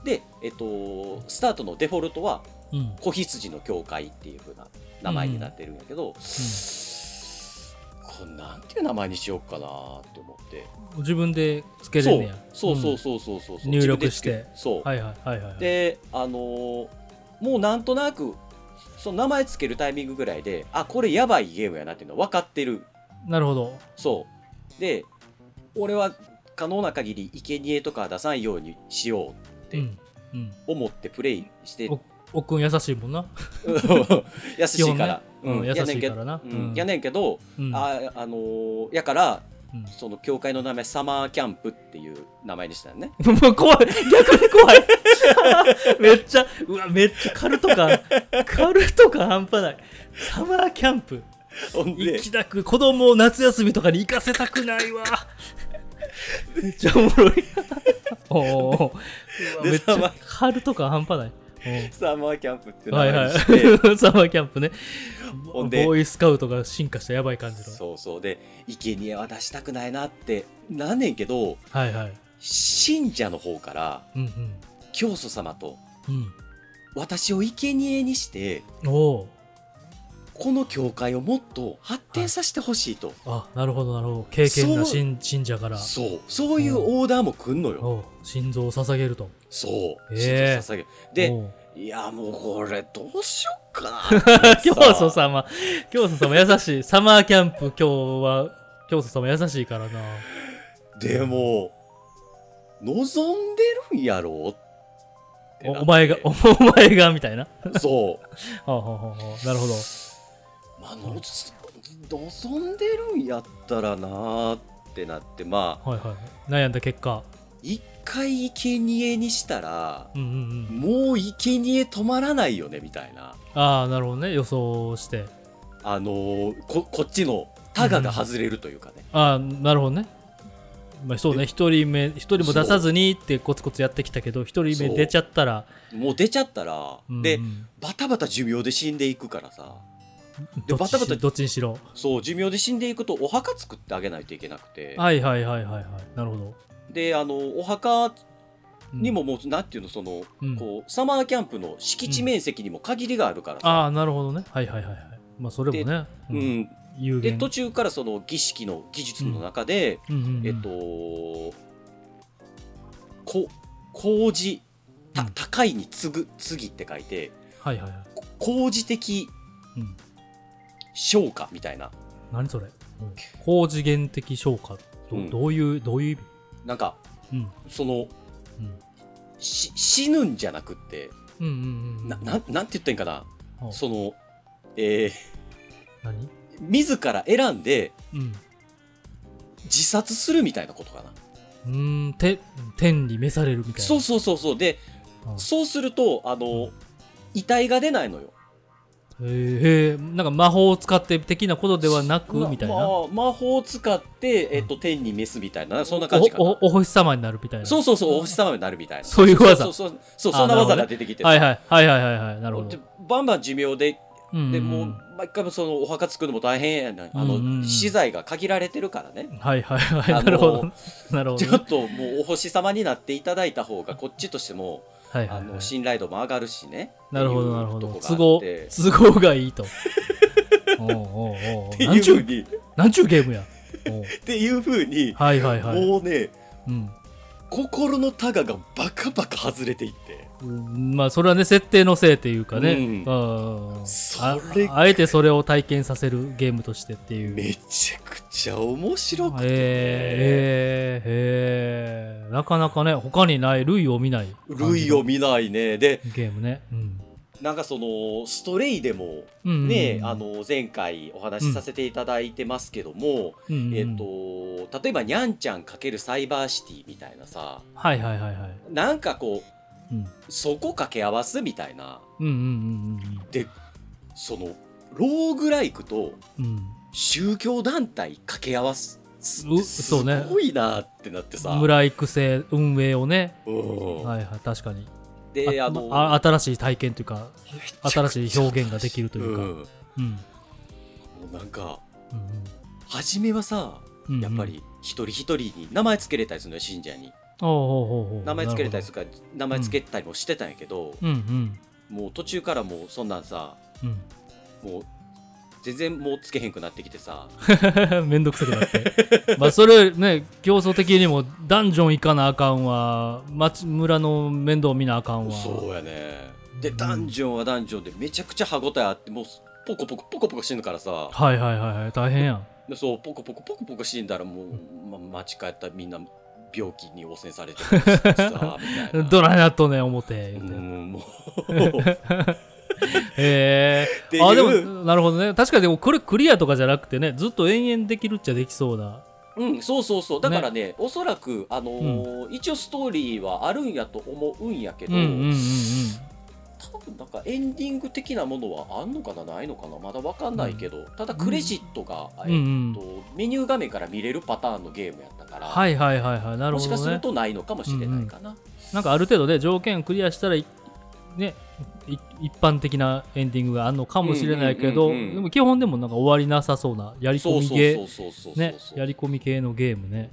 ん
で、えっと、スタートのデフォルトは
うんうん
子羊の教会っていう風な名前になってるんやけど、これなんていう名前にしようかなと思って
自分でつけれ
そ
んね
う
や
そうそうんそうそうそうそう
入力し
自分
て
でつけそう、
はいはいはいはいはい
であのーもうなんとなくその名前つけるタイミングぐらいであこれやばいゲームやなっていうのは分かってる
なるほど
そうで俺は可能な限り生贄とか出さんようにしようって
うんうん
思ってプレイして、 <laughs>
おおっくん優しいもんな
優しいから、
基本ねうん
やねんけ
優しいからな
うん
うん
やねんけど、
うん
ああのーやから
うん
その教会の名前サマーキャンプっていう名前にしたよ
<laughs>
ね
もう怖い逆に怖い <laughs> めっちゃうわめっちゃカルト感カルト感半端ないサマーキャンプ
ほんで
行きたく子供を夏休みとかに行かせたくないわめっちゃおもろいお <laughs> うおうおううわ
で
めっち
サマ
ゃ
ー
カルト感半端ないお
サマーキャンプっていう名
うはい
前
は
に
い
して、
<laughs> サマーキャンプね
ほ
ボ
んで
ーイスカウトが進化したやばい感じの
そうそうで生贄は出したくないなってなんねんけど
はいはい
信者の方から
うん
教祖様と
うん
私を生贄にして
うんおお
この教会をもっと発展させてほしいと、
あなるほどなるほど経験な信信者から
そうそういうオーダーも来んのよ、
おう心臓を捧げると
そう、
へえ
信者捧げるで
お
<laughs>
う
いやもうこれどうしよっかなって
教
さ
祖様教祖様優しいサマーキャンプ今日は教祖様優しいからな
でも望んでるんやろってな
お
って
お前がおお前がみたいな
そう
はあはあはあはあなるほど
まあ、の望んでるんやったらなーってなってまあ
はいはい悩んだ結果
一回生贄にしたら
うんうんうん
もう生贄止まらないよねみたいな
ああなるほどね予想して
あのーここっちのタガが外れるというかね、
ああなるほどねまあそうね一人目一人も出さずにってコツコツやってきたけど一人目出ちゃったら
もう出ちゃったら、
うんうん
でバタバタ寿命で死んでいくからさで
どっち
バタバタ
どっちにしろ
そう寿命で死んでいくとお墓作ってあげないといけなくて
はいはいはいはいはいなるほど
であのお墓
うん
にももうなんていうのその、
うん
こうサマーキャンプの敷地面積にも限りがあるからさ、
ああなるほどねはいはいはいはいまあそれもねうん
うん、
有
で
限
途中からその儀式の技術の中で、
うんうんうん
えっとこ麹た
うん
高いに次ぐ次って書いて
はいはいはい、
麹的
うん、
昇華みたいな
何それ、うん、高次元的消化
う
ど,、うんどういうどういう意味
なんか
うん
その
うん
し死ぬんじゃなくって
うんうんうん
ななんなんて言ったんかな、
あ
そのえー
何
自ら選んで
うん
自殺するみたいなことかな、
うーんて天に召されるみたいな
そうそうそうそうで
うん
そうするとあの遺体が出ないのよ
へえなんか魔法を使って的なことではなく
ま
みたいな、
まあ魔法を使って、えっと、天に召すみたいなそんな感じか
お
な
おお星様になるみたいな
そうそうそうお星様になるみたいな
そういう技
そうそうそうそうそんな技が出てきてさ
はいはいはいはいはいはいなるほど
でバンバン寿命で
うん
でもう毎回もそのお墓作るのも大変やな、あ
うんうんうん
の資材が限られてるからね
はいはいはい、
あの
<laughs> なるほどなるほど
ちょっともうお星様になっていただいた方がこっちとしても
はいはい
あ
はい
の信頼度も上がるしね
なるほどなるほ
っ
ど
ていうと
都
こ <laughs>
合
があって
都合がいいとおうおうおうお
っ
う
て
なん
いう
ち
ふ
ゅ
う
う
にっ
なんちゅうゲームやおう
ていうふうに、
はいはいはい、
もうね
うん
心のタガがバカバカ外れていって
うん、まあそれはね設定のせいっていうかね、
うん
うん
そ
あ
れ
あえてそれを体験させるゲームとしてっていう
めちゃくちゃ面白くて、
えー、えー、えーなかなかね他にない類を見ない
類を見ないねで
ゲームね、うん
なんかそのストレイでも
うんうんうん、
ね、あ、の前回お話しさせていただいてますけども、
うんうん
えっ、と例えば「にゃんちゃん×サイバーシティ」みたいなさ
はいはいはいはい、
なんかこ
うん、
うそこ掛け合わすみたいな
うんうん
そのローグライクと
うんうんうん
宗教団体掛け合わす
う
すす
そうね
ごいなってなってさ。
村育成運営をね、
うん
はいはい、確かに
で
あ
あの
あ新しい体験というか新しい表現ができると
と
いうか、
ん、も
うん
うなんか
うん
初めはさ
うんうん
やっぱり一人一人に名前つけれたりするのよ信者に
おうおうおうおう
名前つけれたりす
る
るから名前つけたりもしてたんやけど、
ほどうん
もう途中からもうそんなんさ
うん
もう全然もうつけへんくなってきてさ
うん <laughs> めんどくさくなって <laughs> まあそれね競争的にもダンジョン行かなあかんわ町村の面倒見なあかんわ
そうやね
う
で
ん
ダンジョンはダンジョンでめちゃくちゃ歯応えあってもうポコポコポコポコ死ぬからさ
はいはいはいはい大変やん
でそうポコポコポコポコ死んだらもう、ま、町帰ったらみんな病気に汚染されて
<laughs>
るしさみたいな
どないなっとんねん思って
う
言うて
んも
<laughs>
うっ
へ
てい
え
う
あでもなるほどね確かにでもこれクリアとかじゃなくてねずっと延々できるっちゃできそうな
うん、そうそうそうだからねおそらく、あのー一応ストーリーはあるんやと思うんやけ
う
ど、
んうんうんうん
多分なんかエンディング的なものはあんのかなないのかなまだわかんないけど、ただクレジットが、
うんう
えっ
ん
とメニュー画面から見れるパターンのゲームやったから、
はいはいはいはいなる
も
ほ
しかす
ど
る
ね
とないのかもしれないかな、
なんかある程度で条件クリアしたらいねい一般的なエンディングがあるのかもしれないけど
うんうんうんうん
でも基本でもなんか終わりなさそうなやり
そ
込
う
み
そう
ゲー
そうそうそうそう、
ね、やり込み系のゲームね。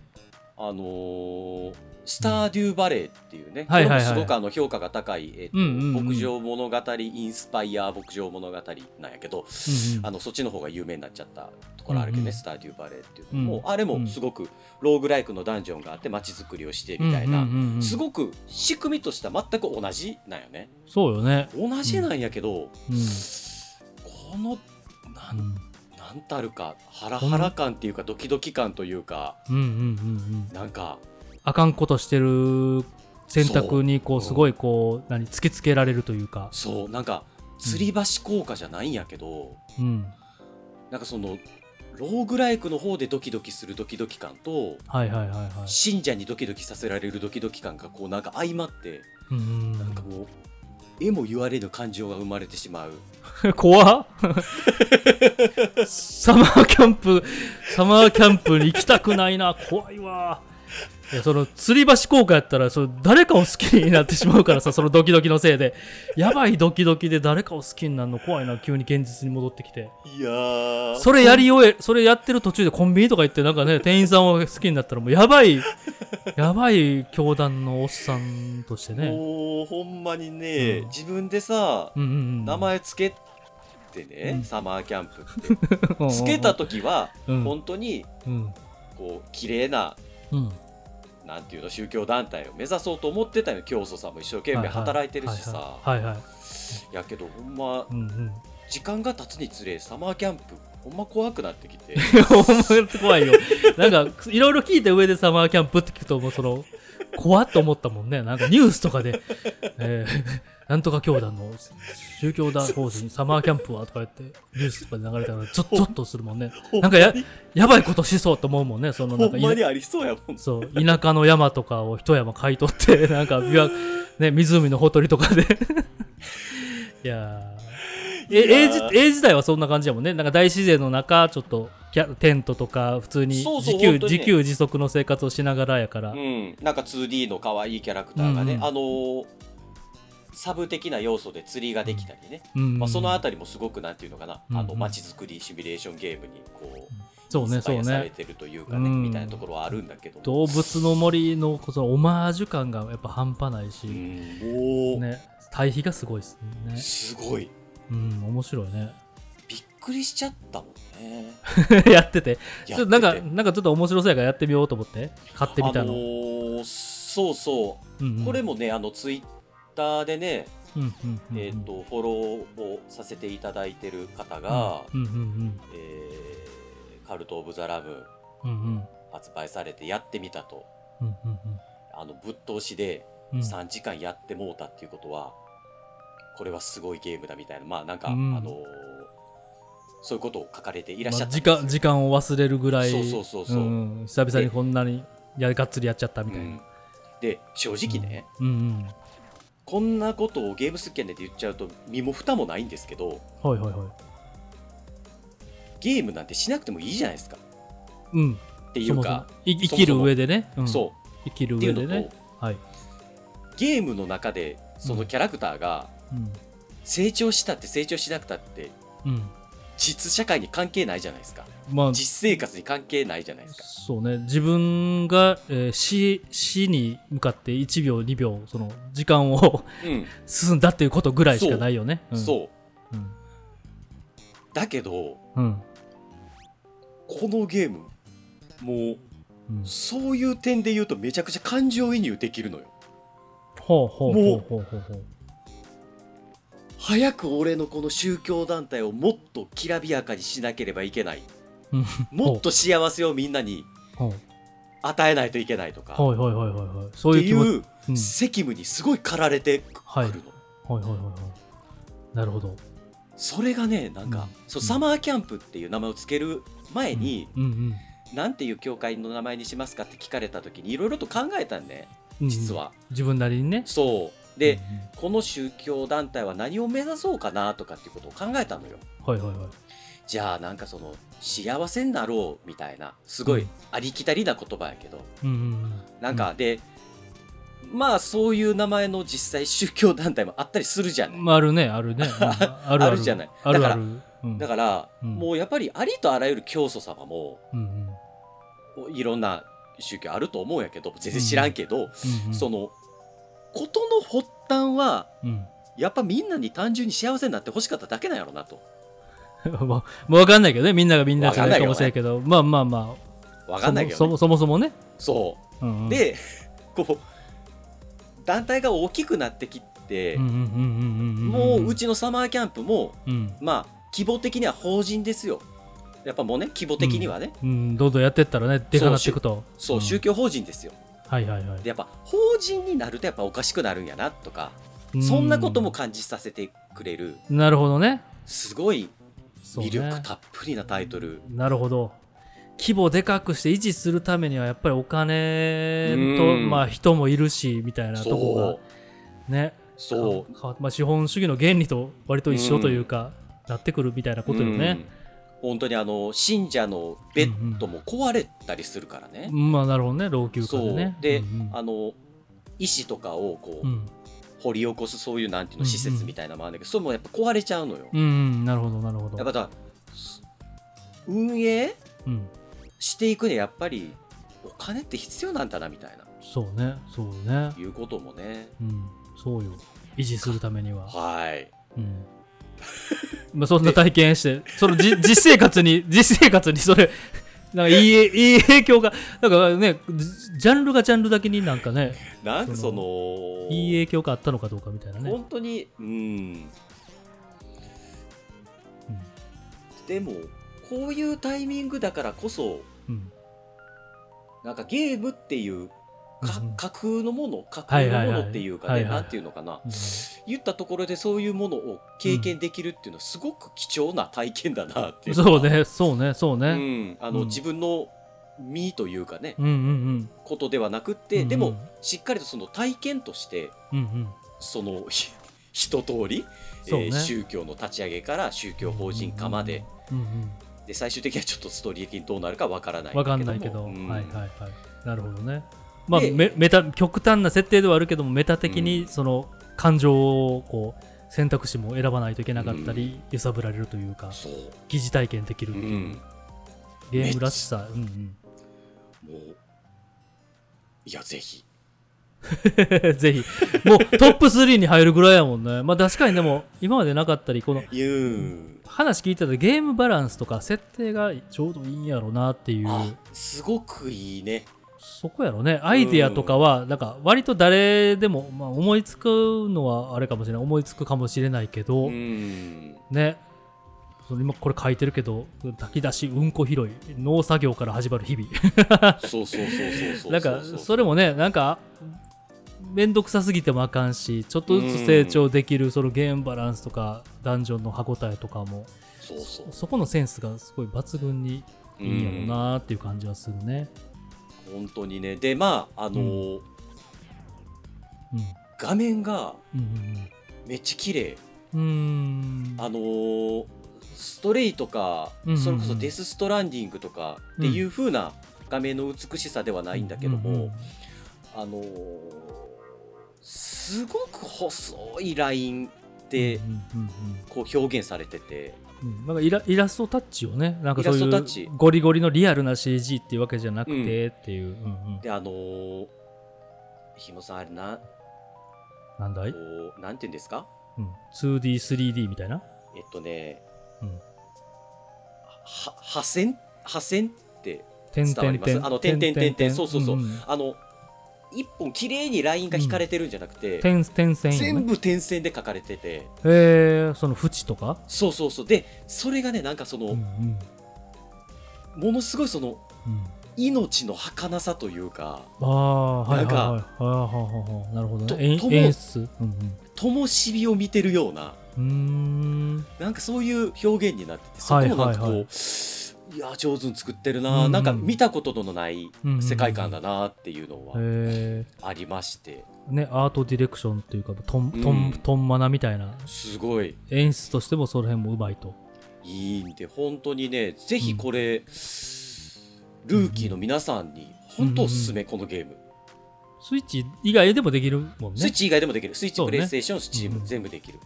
あのースターデューバレーっていうね、
はいはいはい
これもすごくあの評価が高い、えっと
うんうんうん
牧場物語インスパイア牧場物語なんやけど、
うんうん
あのそっちの方が有名になっちゃったところあるけどね、
うんうん
スターデューバレーっていうのも、
うん
あれ
う
も
ん
すごくローグライクのダンジョンがあって街づくりをしてみたいな、
うんうんうんうん
すごく仕組みとしては全く同じなんよね
そうよね。
同じなんやけど、
うん
このなんなんたるかハラハラ感っていうかドキドキ感というか
うんうんうんうん。
なんか
あかんことしてる選択にこう
そう
すごいこう何突きつけられるというか。
そうなんか吊り橋効果じゃないんやけど、
うん。
なんかそのローグライクの方でドキドキするドキドキ感と
はいはいはいはい。
信者にドキドキさせられるドキドキ感がこうなんか相まって
うんうん
なんかもう絵も言われぬ感情が生まれてしまう
うん。 <laughs> 怖っサマーキャンプサマーキャンプに行きたくないな怖いわ。いやその吊り橋効果やったらそれ誰かを好きになってしまう
<laughs>
からさそのドキドキのせいでやばいドキドキで誰かを好きになるの怖いな急に現実に戻ってきて
いやー
それやり終え、それやってる途中でコンビニとか行って、なんかね、店員さんを好きになったら、もうやばい、やばい教団のおっさんとしてね。
もうほんまにね、
うん
自分でさ
うんうんうん。
名
<laughs>
前つけてね、
うん
サマーキャンプってつけた時は
うん
本当に
うん。
こう綺麗な
うん。
なんていうの宗教団体を目指そうと思ってたよ教祖さんも一生懸命働いてるしさ
はいはいはいはい。
やけどほんま
うんうん。
時間が経つにつれサマーキャンプほんま怖くなってき
<laughs>
て <laughs>
ほんま怖いよ。なんか、いろいろ聞いた上でサマーキャンプって聞くと、もうその、怖っと思ったもんね。なんかニュースと
<laughs>
かで、えーなんとか教団の宗教団法人サマーキャンプはとか言って、ニュースとかで流れたら、ちょ、ちょっとするもんね。なんか
ほ
や
んまに
やばいことしそうと思うもんね。そのなん
ほ
か
ん
い
まにありそうやもん
そう、田舎の山とかを一山買い取って、 <laughs> なんか琵琶、ね、湖のほとりとかで。いやー
いや
え、
ー
絵自絵自体はそんな感じやもんね。なんか大自然の中、ちょっとキャテントとか、普通に
そうそう
自給
本当にね
自給自足の生活をしながらやから。
うん、なんか 2D の可愛いキャラクターがね、
うん
あのーサブ的な要素で釣りができたりね、
うん
まあ、そのあ
り
たりもすごくなんていうのかな、
うん
あの街づくりシミュレーションゲームにこう
そう
イ
ね、
ンスパ
そう
イアされ
ね。
てるというかね
うん
みたいなところはあるんだけども、
動物の森のこうそのオマージュ感がやっぱ半端ないし、
うんおー
ね、対比がすごいですね。
すごい
うん、面白いね。 <laughs>
びっくりしちゃったもんね
やってて。ち
や
ょ
って
ってとなんか、なんかちょっと面白そうやからやってみようと思って、買ってみたの。
あのーそうそ
うんうん
うこれ、もねあのツイッターでね、
うんうんうんうん
えー、とフォローをさせていただいてる方が、
うんうん
えーカルト・オブ・ザ・ラム
うんうんうん
発売されてやってみたと、
うんうん
あのぶっ通しで
うんうん
3時間やってもうたっていうことは、これはすごいゲームだみたいな、まあなんか、
うん
あのーそういうことを書かれていらっし
ま
ゃっ
あ
たん
時
ですよ、
間時間を忘れるぐらい
そうそうそうそう
うんうん久々にこんなにやがっつりやっちゃったみたい
うん
な、
で、正直ね、
うんうん
こんなことをゲームスキャンで言っちゃうと身も蓋もないんですけど、
はいはいはい
ゲームなんてしなくてもいいじゃないですか。
うん
ってい
そうもそも
か、
い
そも
生
そも
きる上でね、うん
そ
生きる
う。ってい
上
う
で
の
ね
と、
はい、
ゲームの中でそのキャラクターが
うん
成長したって成長しなくたって
うん、
実社会に関係ないじゃないですか
まあ
実生活に関係ないじゃないですか
そうね自分が、えー死死に向かって1秒2秒その時間を
うん、
進んだっていうことぐらいしかないよねう
そう
うん、
だけど
うん
このゲームも
うん
うそういう点で言うとめちゃくちゃ感情移入できるのよ
ほうほうほうほうほうほう
早く俺のこの宗教団体をもっときらびやかにしなければいけない
うん
もっと幸せをみんなに
ほう
与えないといけないとかっ
はいはいはいはいはいそう
て
いう気
い
持ち、
う
うん、
責務にすごい駆られてく
はい
るの
はいはいはいはいなるほど
それがねなん
うん
かそうサマーキャンプっていう名前を付ける前に
うんうん
なんていう教会の名前にしますかって聞かれた時にいろいろと考えたんね
うん
実は、
自分なりにね
そうで、この宗教団体は何を目指そうかなとかっていうことを考えたのよ
うんうんはいはいはい
じゃあなんかその幸せになろうみたいなすご
う
い
ん
ありきたりな言葉やけど、
うんうんうん
なんかでまあそういう名前の実際宗教団体もあったりするじゃない、
まああるねあるね、うん
<laughs>
あるあ
あ
る
るじゃない
ある
だ
あ
から
るうん
だから、
うん
もうやっぱりありとあらゆる教祖様も
うんうんうん
いろんな宗教あると思うんやけど全然知らんけど、
うん
そのことの発端は
うん <laughs>
やっぱみんなに単純に幸せになってほしかっただけなんやろなと
まあ、分かんないけどねみんながみんなじゃないかもしれないけどまあまあまあ
わかんないけ
そ
ど、ね、
もそもそもそもね、
そう
うんうん、
でこう団体が大きくなってきて、
うんうんうんうんうんん
もうう、ちのサマーキャンプも
うん
まあ規模的には法人ですよやっぱもうね規模的にはね、
うん、どんどんやってったらねでかなっていくと
そう、
ん
宗教法人ですよ
はいはいはい
でやっぱ法人になるとやっぱおかしくなるんやなとか、
う
そんなことも感じさせてくれる
なるほどね
すごい
そうね
魅力たっぷりなタイトル、
なるほど規模でかくして維持するためにはやっぱりお金と、
うん
まあ、人もいるしみたいなと
そ
こ
う
がね
そう
かかまあ、資本主義の原理と割と一緒というか、なってくるみたいなことよね、
うん本当にあの信者のベッドも壊れたりするからね、
まあなるほどね老朽化でね
そうで
うん
あの医師とかをこう、
うんうん
掘り起こすそういうなんていうの
うんうん
施設みたいなのもあるんだけど、それもやっぱ壊れちゃうのよ、
うんうんなるほどなるほど
やっぱだ運営
うん、
していくにはやっぱりお金って必要なんだなみたいな
そうねそうね、
いうこともね
うん、そうよ維持するためには
はい
うん、まあそんな体験して
<laughs>
そのじ実生活に実生活にそれなんかいいいい影響がなんかねジジャンルがジャンルだけになんかね
なんかそ
その
の
いい影響があったのかどうかみたいなね、
本当にうんでもこういうタイミングだからこそ
うん
なんかゲームっていうか
うん
架空のもの架
はい
空
はい
の
はい
ものっていうか
は
ね、
いはいはい
なんていうのかな
うん
言ったところでそういうものを経験できるっていうのはすごく貴重な体験だなっていうの
そ
は
うね、そうね、そう
う
ね。
んあの、
うん
自分の身というかね、
うんうん
ことではなくっ
うん。
て、で
うん
もしっかりとその体験として
うん、うんうん。
その <laughs> ひ一通り、え
そうね
ー宗教の立ち上げから宗教法人化まで,、。
うんうん。
で最終的にはちょっとストーリー的にどうなるかわからない
わかんないけど、
もうん
はいはいはい。なるほどね。まあ、
で
めメタ極端な設定ではあるけども、メタ的にその感情をこう選択肢も選ばないといけなかったり、揺さぶられるというか、
そう、
疑似体験できる
う
っていう、
ん、
ゲームらしさ、うんうん。
もういやぜひ
<laughs> ぜひ、もうトップ3に入るぐらいやもんね。まあ確かにでも、今までなかったり、この
言うん
話聞いてたらゲームバランスとか設定がちょうどいいんやろなっていう、
あすごくいいね
そこやろね。アイディアとかは、なんか割と誰でも、まあ思いつくのはあれかもしれない。思いつくかもしれないけど、
うん
ね。その今これ書いてるけど、炊き出し、うんこ拾い、農作業から始まる日々。
そうそうそうそうそう
なんかそれもねなんか面倒くさすぎてもあかんしちょっとずつ成長できるそのゲームバランスとかダンジョンの歯応えとかも
そうそう
そこのセンスがすごい抜群にいいんやろうなっていう感じはするね。
うん本当にねでまああのー
う
画面が
んうん
めっちゃ綺麗
うんうんうーん
あのーストレイとか、
うんうんうん
それこそデス・ストランディングとかっていう風な画面の美しさではないんだけども、
うんうんうん
あのーすごく細いラインで
うんうん
こう表現されてて、
うんうんなんかイライラストタッチをねなんかそう
イラストタッチ
いうゴリゴリのリアルな CG っていうわけじゃなくてっていう、うんうん
であのーひもさんあれな
なんだい、
こうなんて言うんですか
うん 2D3D みたいな
えっとね、
うん
は破線破線って
点
伝わり
点
ます
点
あの点々点々そうそうそう
うんん
あの一本綺麗にラインが引かれてるんじゃなくて、
点点線よね
全部点線で書かれてて
えー、その縁とか、
そうそうそうでそれがねなんかその、
ん
ものすごいその
うん、
命の儚さというか
ああはい
なん
はい
か
はいはいはいはいはいなるほど
と
ね演
とも
演出うん
灯火を見てるような
うんうーん
なんかそういう表現になっててそこもなんかこう、
はい
い
はいは
や上手に作ってるな、
うん
なんか見たことのない
うん
世界観だなっていうのは
え
ありまして、
ー、ねアートディレクションというかトント
う
ン、
ん
トンマナみたいな
すごい
演出としてもその辺もうまいと
いいんで本当にねぜひこれ、ルーキーの皆さんに本当おすすめ、このゲーム。
スイッチ以外でもできるもんね
スイッチ以外でもできる。スイッチ、
そう
プ
ね
レイステーション、スチーム、
うん
全部できる。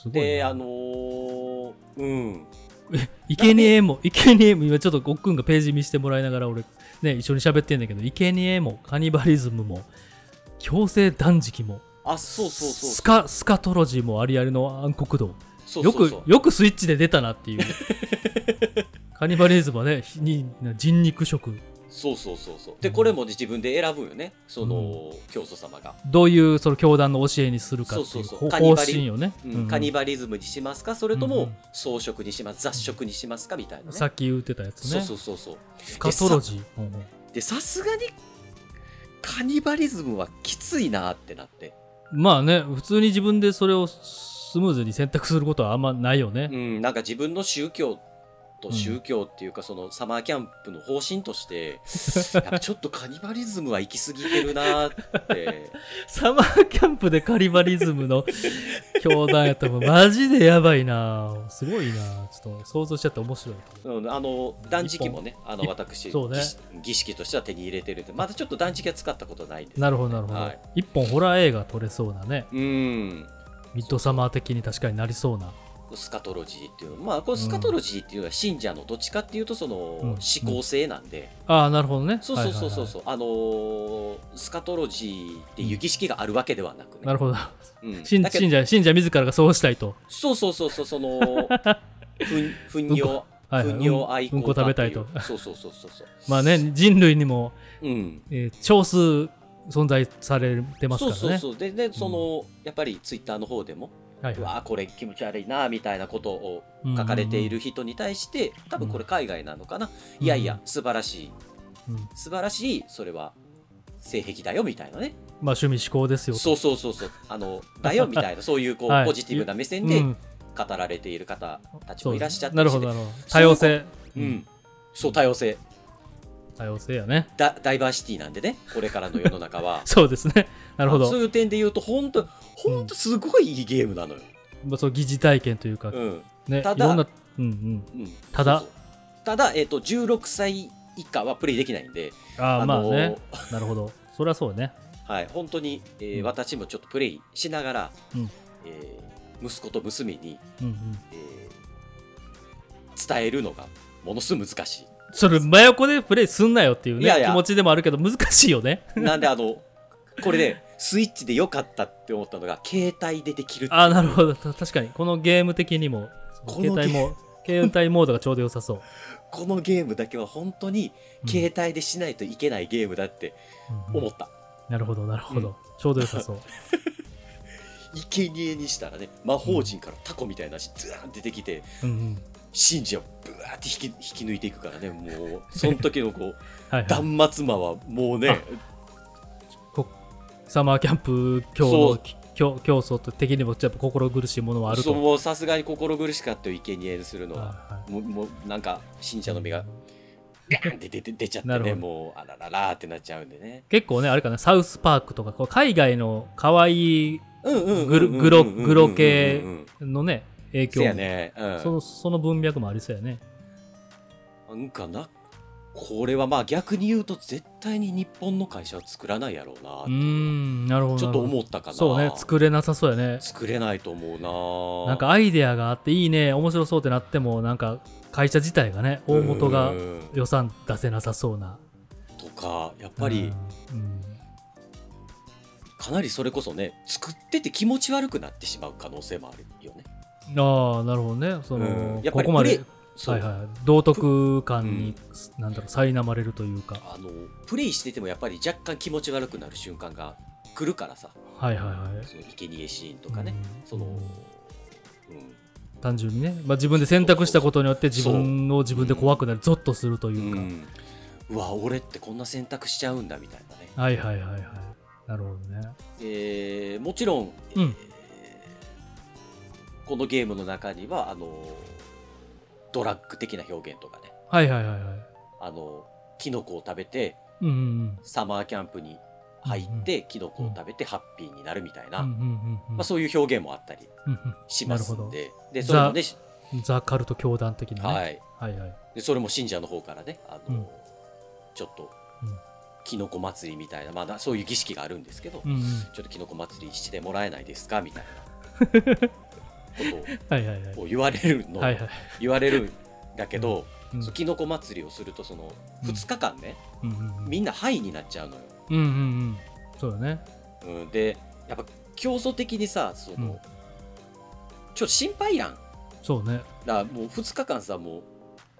すごい
で、
な
あのー、うん。
いけにえも、いけにえも、今ちょっとごっくんがページ見せてもらいながら俺、ね、一緒に喋ってんだけど、いけにえも、カニバリズムも、強制断食も、
あ、そうそうそう
スカ、スカトロジーもありありの暗黒道。
そう
よ
そう
く
そう、
よくスイッチで出たな
<laughs>
っていう。カニバリズムはね、ひに人肉食。
そうそうそうそう。で、これもね自分で選ぶよね。その、教祖様が、
どういうその教団の教えにするかって
そ
いうう
そうそう
ほ
カニ
方
バリ
針をね。
うん
うん
カニバリズムにしますかそれと
うんう
も
ん
装飾にします雑食にしますかみたいなね。
さっき言ってたやつ
そう
ね。
そうそうそう。
スカトロジー。うんうん
で、さすがに、カニバリズムはきついなってなって。
まあね、普通に自分でそれをスムーズに選択することはあんまないよね。
うん、なんか自分の宗教
う
と
ん
宗教っていうか、そのサマーキャンプの方針と
<laughs>
して、やっぱちょっとカニバリズムは行き過ぎてるなーって、
サマーキャンプでカリバリズム
<laughs>
の教団やったらもうマジでやばいなすごいなちょっと想像しちゃって面白いな
うんあの断食もね、あの
一
私、
そうね
儀式儀式としては手に入れてるんで、まだちょっと断食は使ったことないんです。
なるほどなるほど、
はい
一本ホラー映画撮れそうなね
うん、
ミッドサマー的に確かになりそうな
スカトロジーっていうのまあ、このスカトロジーっていうのは信者のどっちかっていうと、その
うん
思考性なんで、
ああなるほどね
そうそうそうそう
はいはい
そう、あのースカトロジーっていう儀式があるわけではなくね。
はいなるほど
うん
信
だけど
信者信者自らがそうしたいと、
そうそうそうそう、その、糞糞尿、
はいはい
糞尿愛好
うんこ食べたい
家
と
ってう。そうそうそうそうそう。
まあね人類にも、
うん。
えー少数存在されてま
そ
すか
う
らね
そうそう。で、ね、その、やっぱりツイッターの方でも、
はいうは
わあこれ気持ち悪いな、みたいなことを
い
書かれている人に対して、多分これ海外なのかな。
うん
いやいや、素晴らしい。
うんうん
素晴らしい、それは。性癖だよみたいなね
まあ趣味思考ですよと
そうそうそうそうあのだよみたい
<laughs>
なそういうこう、
はい
ポジティブな目線
う
で
ん
語られている方たち
そ
も
う
いらっしゃって
なるほどなるほど多様性
うん、そう多様性
多様性やね
ダダイバーシティなんでねこれからの世の中は
そうですね <laughs> なるほど
そういう点で言うと本当本当すごいいいゲームなのよ、
まあそう疑似体験というか
うんうん
ねい
ただ
ろんなうんうんただ
そうそうただ、えっと16歳以下はプレイできないんで
ああまあ
の
ねなるほどそりゃそうね
はい、本当に、えー
うん
私もちょっとプレイしながら、
うん
えー息子と娘に、
うんうん
えー伝えるのがものすごい難し
それ真横でプレイすんなよっていう
いやい
ね
や
気持ちでもあるけど難しいよね <laughs>
い。なんであのこれねスイッチで良かったって思ったのが携帯でできるっていう
ああなるほどた確かにこのゲーム的にも
このゲ
携帯も携帯モードがちょうど良さそう
このゲームだけは本当に
うん
携帯でしないといけないゲームだって
うんうん
思った。
なるほどなるほどちょうど良さそう
生贄にしたらね魔法陣からタコみたいな足ズーンって出てきて
うんうん
信者をブワーって引き引き抜いていくからねもうその時のこう
はいはい
断末魔はもうね
こサマーキャンプ競
そう
争競競争と敵にもやっぱ心苦しいものはある
そ
と
うもうさすがに心苦しかったよ生贄にするの
はい
は
は
もうもうなんか信者の目がビャンって出て出ちゃって
なる
ね
ほど
もうあらららーってなっちゃうんでね
い結構ねあれかなサウスパークとかこう海外の可愛い
うんうんうんうん
グログログロ系
うんうんうん
のね影
せ
響
や
も、
ねうん
そのその文脈もありそうやね
なんかなこれはまあ逆に言うと絶対に日本の会社は作らないやろうな
うーんなるほど
ちょっと
なるほ
思ったか
ど
な
そうね作れなさそうやね
作れないと思うな
なんかアイデアがあっていいね面白そうってなってもなんか会社自体がね大元が
うん
予算出せなさそうな
とかやっぱり
うんうん
かなりそれこそね作ってて気持ち悪くなってしまう可能性もあるよね
ああなるほどねその、
うんやっぱ
こ
り
こまで
プレイそう、
はいはい、道徳感に、なんだろう苛まれるというか
あのプレイしててもやっぱり若干気持ち悪くなる瞬間が来るからさ
はいはいはい
その生贄シーンとかね、
うん
その、うん
単純にね、まあ、自分で選択したことによって自分を自分で怖くなるゾッとするというか、
うんうわ俺ってこんな選択しちゃうんだみたいなね
はいはいはいはいなるほどね
えーもちろん、
うん
えーこのゲームの中にはあのドラッグ的な表現とかね
はいはいはいはい
あのキノコを食べて
うんうん
サマーキャンプに入って、キノコを食べてハッピーになるみたいな、
うんうんうんうん
まあ、そういう表現もあったり
うん
しますん
な
ででそれもね、
うんザ・カルト教団的な、ね
はい、
はいはい
でそれも信者の方からねあの、
うん
ちょっと
うん
キノコ祭りみたいな、まあな、そういう儀式があるんですけど、
うんうん
ちょっとキノコ祭りしてもらえないですかみたいなこ
はいはいはい
とを言われるの、
はいはい
言われるんだけど、
うん
そうキノコ祭りをするとその
うん
2日間ね、
うんうんうん
みんなハイになっちゃうのよ。
うんうんうんそうだね
うん、でやっぱ競争的にさその、
うん
ちょっと心配やんだか
そうね、
らもう2日間さもう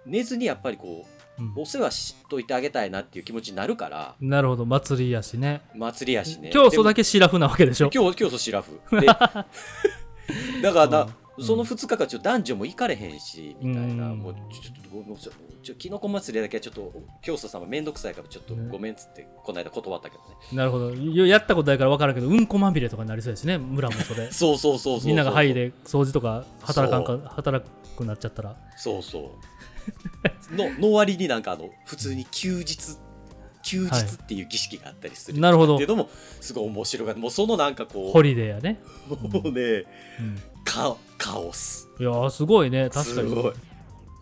寝ずにやっぱりこ
うん
うお世話しといてあげたいなっていう気持ちになるから
なるほど祭りやしね
祭りやしね
競争だけシラフなわけでし
で
ょ
も競競争しら <laughs> ふでだからな、
うん
その2日間ちょっと男女も行かれへんしみたいな、
うん
もうちょちょっとごめんちょちょキノコ祭りだけはちょっと競争様めんどくさいからちょっと
ね
ごめんっつってこの間断ったけどね
なるほどよやったことないから分からんけどうんこまみれとかになりそうですね村もそれ
<laughs> <laughs> そうそうそうそうそう
みんなが「はい」で掃除とか働かんか働くなっちゃったら
そうそう。の、の割になんかあの、普通に休日、休日っていう儀式があったりする。
なるほ
っ
ど
ていうのも、すごい面白がって、もうそのなんかこ
ホリデーやね、
う、もうね、
うん、
カカオス。
いやーすごいね確
す
かに
ごい。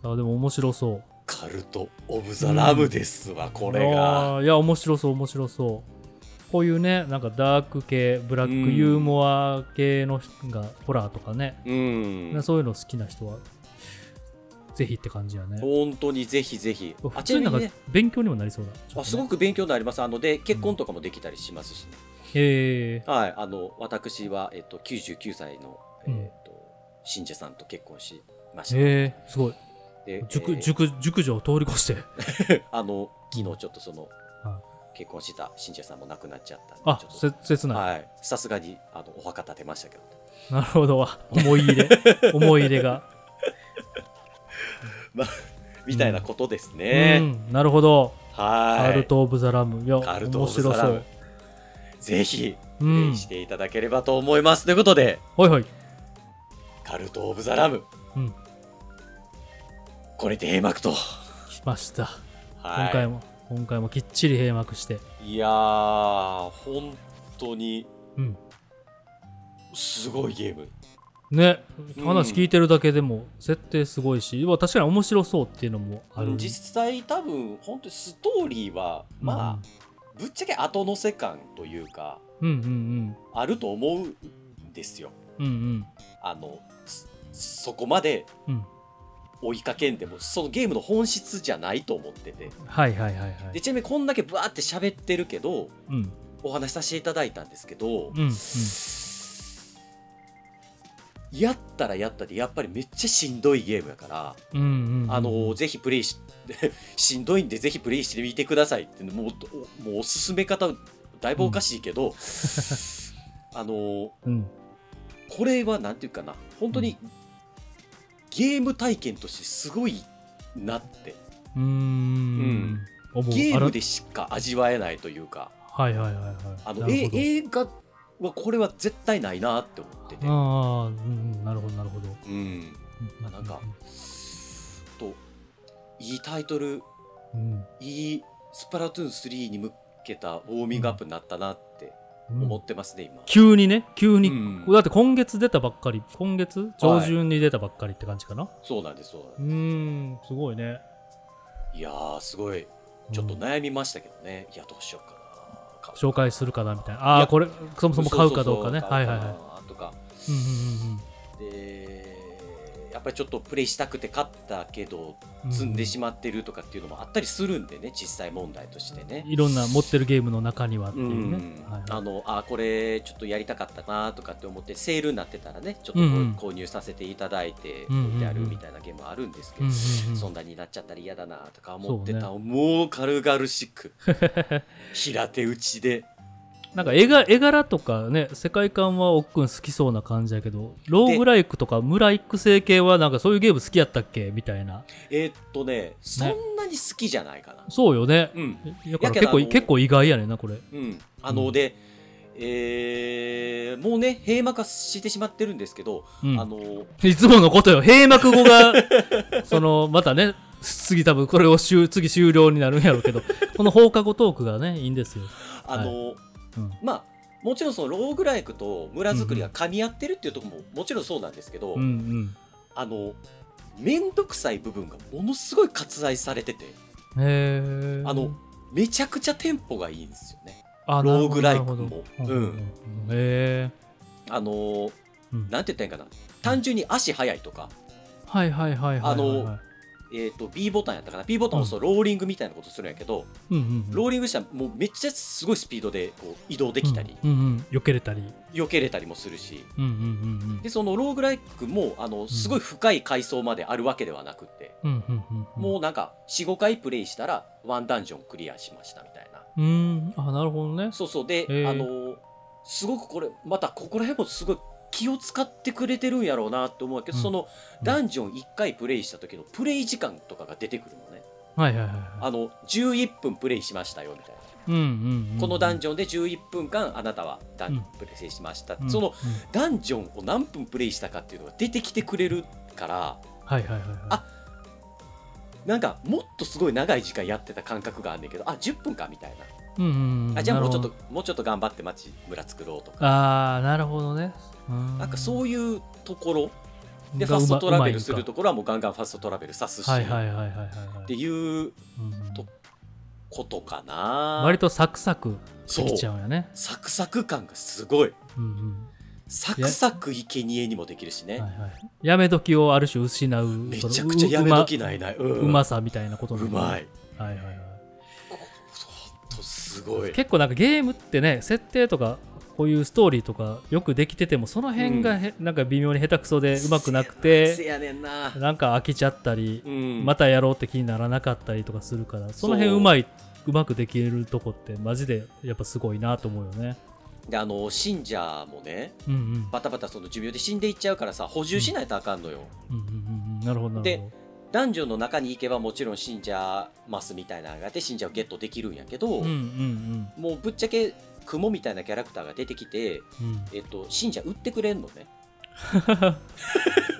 あでも面白そう
カルト・オブ・ザ・ラムですわ、これが。
あーいや面白そう面白そうこういうねなんかダーク系ブラックユーモア系の人がホラーとかね、
うん。
そういうの好きな人はぜひって感じやね
本当にぜひぜひ。
普
あち
通に
な
なん
み
か
にね、
勉強にもなりそうだ、
あすご
く
く勉強になります。あので、結婚とかもできたりしますしね。
へえ
はい、あの、私は、えっと、99歳の、え
うん
っと、信者さんと結婚しました。
へえすごい
でえ
熟
ー
熟熟女を通り越して
あの昨日ちょっとその
は
結婚した信者さんも亡くなっちゃったんで
あ
ちょっ
せ切
と
ない
はいさすがにあのお墓建てましたけど
なるほ
<laughs>
どあ思い入れ <laughs> 思い入れが、
みたいなことです
う
<laughs> ね、
んなるほど
は
カ
い
ルト・オブ・ザ・ラム。いや、
カルトオ
面
ブザ
白
ラ
そ
ム
う。
ぜひ
う
プレ
ん
イ。していただければと思います、ということで
はいはい。
カルト・オブ・ザ・ラム、
うん
これで閉幕と、
来ました。今回
は
も、今回もきっちり閉幕して。
い、いやー本当に
うん。
すごいゲーム
ね、
うん
話聞いてるだけでも設定すごいし、うわ確かに面白そうっていうのもある。
実際多分本当にストーリーはまあ、ぶっちゃけ後乗せ感というか
うん、うんうん
あると思うんですよ
うんうん
あのそそこまで
うんうん
追いかけんでもそのゲームの本質じゃないと思ってて
はいはいはいは
で
い。
ちなみにこんだけバーって喋ってるけど
うん
お話しさせていただいたんですけど、
うんうん。
やったらやったでやっぱりめっちゃしんどいゲームやから、
うんうんうん
あのーぜひプレイし <laughs> しんどいんでぜひプレイしてみてくださいっていうのもうおもうおすすめ方だいぶおかしいけど、 <laughs> あのー
うん
これはなんていうかな本当にゲーム体験としてすごいなって
うーん。思う
ゲー
あ
ム
ら
でしか味わえないというか
はいはいはいはい。
あの
なる
え
ほど
映画はこれは絶対ないなって思ってて。
ああ、うんうんなるほどなるほど。
うんまあなんかといいタイトル
うん
いいスプラトゥーン3に向けたウォーミングアップになったなって
うん
思ってますね、今。
急にね、急に、
うん
だって今月出たばっかり、今月上旬に出たばっかりって感じかな。
そうなんです、そうなん
う
で
ーん、すごいね。
す。いやー、すごい。ちょっと悩みましたけどね。いや、どうしようかな。
紹介するかなみたいな。
い
ああ
や
ー、これ、そもそも買うかどうかね。
そそ
は
そ
いはいはい。
とか。
うんうんうん
で、やっぱりちょっとプレイしたくて買ったけど、
うん。
積んでしまってるとかっていうのもあったりするんでね、実際問題としてね。
いろんな持ってるゲームの中にはって
う
いうね。
ん
はい
あ
はい
のあこれちょっとやりたかったなとかって思ってセールになってたらねちょっとこう
うんうん
購入させていただいて
うんうんうん
置いてあるみたいなゲームあるんですけ
う
ど、
んうん
そん
う
なになっちゃったら嫌だなとか思ってた、
そ
もう軽々し
<laughs>
く平手打ちで
ん、なんか絵が絵柄とかね世界観はおっくん好きそうな感じやけどローグライクとかムライク成系はなんかそういうゲーム好きやったっけみたいな
えーっとねそんなに好きじゃないかな、
そうよね
うん
だから
やけ
結
ど
構
あの
結構意外やねんなこれ
うんあので、えーもうね閉幕はしてしまってるんですけど、
うん
あの
いつものことよ、閉幕
<laughs>
後が、その、またね、次多分これを終次終了になるんやろうけど、この放課後トークがね、いいんですよ。
あの、
うん
まあもちろんそのローグライクと村づくりが噛み合ってるっていうところももちろんそうなんですけど、
うんうん。
あの面倒くさい部分がものすごい割愛されてて
へえ。
あの、めちゃくちゃテンポがいいんですよね。
あ
ローグライク
なる
もうん
ほどうんうん。へえ。
あのー
うん
なんて言ったらいいんかな単純に足速いとか、
はいはいはいはいはいはい。
あの、えー、と B ボタンやったかな B ボタンを押すとローリングみたいなことするんやけど、
うんうん。
ロ
ー
ーリングしたらもうめっちゃすごいスピードでこう移動できたり、
うんうん。避けれたり。
避けれたりもするし
うんうんうんうん
で。そのローグライクもあのすごい深い階層まであるわけではなくって、
うんうんうんうん。
もうなんか45回プレイしたらワンダンジョンクリアしましたみたいな。
う。うん。あ、なるほどね。
そうそうで、
へー
あのすごくこれまたここら辺もすごい気を使ってくれてるんやろうなって思うけど、
うん
その
うん
ダンジョン1回プレイした時のプレイ時間とかが出てくるのね、
はいはいはいは
あの11分プレイしましたよみたいな、
い。うんうんうん。
このダン
ジ
ジョンで11分間あなたはダンジョンプレイしました、その、
うん
ダンジョンを何分プレイしたかっていうのが出てきてくれるから
はいはいはいはい。
あなんかもっとすごい長い時間やってた感覚があんねんけどあ10分かみたいな
うんうんうん。
あじゃあもうちょっ
なるほど
ともうちょっと頑張って町村作ろうとか
ああなるほどねな
なんかそういうところ
う
でファストトラベルするところはもうガンガンファストトラベルさすし、
はいはい
っ
はいはいはい
ていう
うんうん
とことかな
割とサクサクで
そう
きちゃうんやね
サクサク感がすごい
うんうん
サクサク生贄にもできるしね、
はいはいやめ時をある種失う
め
その
ちゃくちゃやめときないうない、
う
う
まうまさみたいなこと
う
なの
まい
はいはいはい
ほんとすごい
結構なんかゲームってね設定とかこういうストーリーとかよくできててもその辺がへ、なんか微妙に下手くそでうまくなく
せ
て
やねんな
なんか飽きちゃったり
うん
またやろうって気にならなかったりとかするからその辺
そう
うまいうまくできるとこってマジでやっぱすごいなと思うよね
であの信者もね
うんうん
バタバタその寿命で死んでいっちゃうからさ補充しないとあかんのよ、
うんうんうんうんなるほどなるほど
でダンジョンの中に行けばもちろん信者ますみたいなのがあって信者をゲットできるんやけど、
うんうん
もうぶっちゃけ雲みたいなキャラクターが出てきて、
うんうん
えっと、信者売ってくれんのね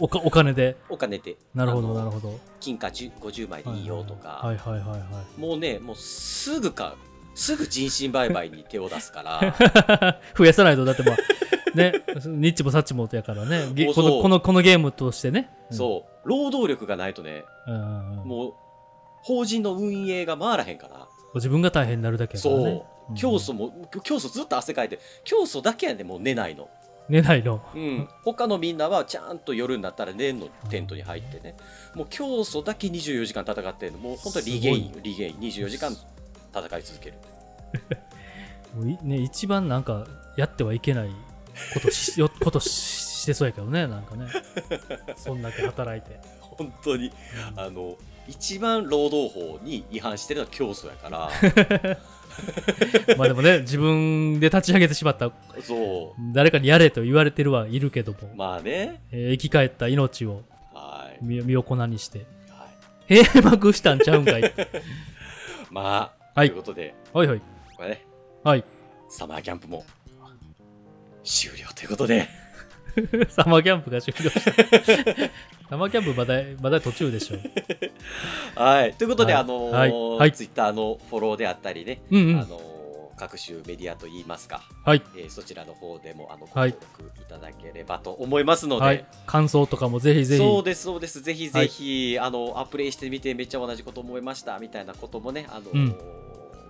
おかお金で
お金で
なるほ
あ
ど
の
なるほど
金貨10 50枚でいいよとか、
はいはいはいは
もうねもうすぐかすぐ人身売買に手を出すから
<laughs> い増やさないとだってまあねニッチもサッチもやからねげ
そう
こ
そう
のこのこのゲームとしてね
そう労働力がないとね
うん、うんうんうん、
もう法人の運営が回らへんから
自分が大変になるだけやからね
そう
うん
教祖も教祖ずっと汗かいて教祖だけやねもう寝ないの
寝ないの
うん、他のみんなはちゃんと夜になったら年のテントに入ってね、もう教祖だけ24時間戦ってるの、もう本当にリゲインよ、リゲイン、24時間戦い続ける。
もういね、一番なんかやってはいけないことしよことししてそうやけどねなん
<laughs>
かねそんだけ働いて、
本当に、あの、一番労働法に違反してるのは教祖や
<laughs>
から、
まあでもね自分で立ち上げてしまった
そ
誰かにやれと言われてるはいるけども、
う、まあね、
えー生き返った命を
はい、
身身を粉にして
はい、
閉幕したんちゃう
<laughs>
んかい
まあ、
はい
ということで、
はいはい
これね、
はい <laughs>
サマーキャンプも終了ということで、
サマーキャンプが終了した <laughs> サマーキャンプまだまだ途中でしょ
はい、ということで、
はい
あの
はいはい
ツイッターのフォローであったりね、
うんう
あ
ん
の各種メディアといいますか、
はい
えーそちらの方でもあのご
はい
登録いただければと思いますので、
はい感想とかもぜひぜひ
そうです、そうです、ぜひぜひ、あのアプレイしてみて、めっちゃ同じこと思いましたみたいなこともね、あの
うん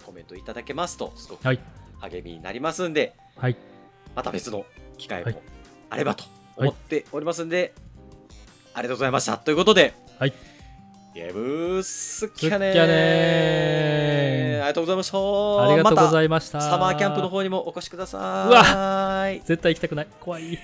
コメントいただけますと、すごく
はい
励みになりますんで、
はい
また別の機会
は
も
い
あればと思っておりますんで、ありがとうございました。ということで、
はい
ゲームスキャネー
スキャネー
ありがとうございました。
ありがとうご
また
ざいました
サマーキャンプの方にもお越しください。
う絶対行きたくない怖い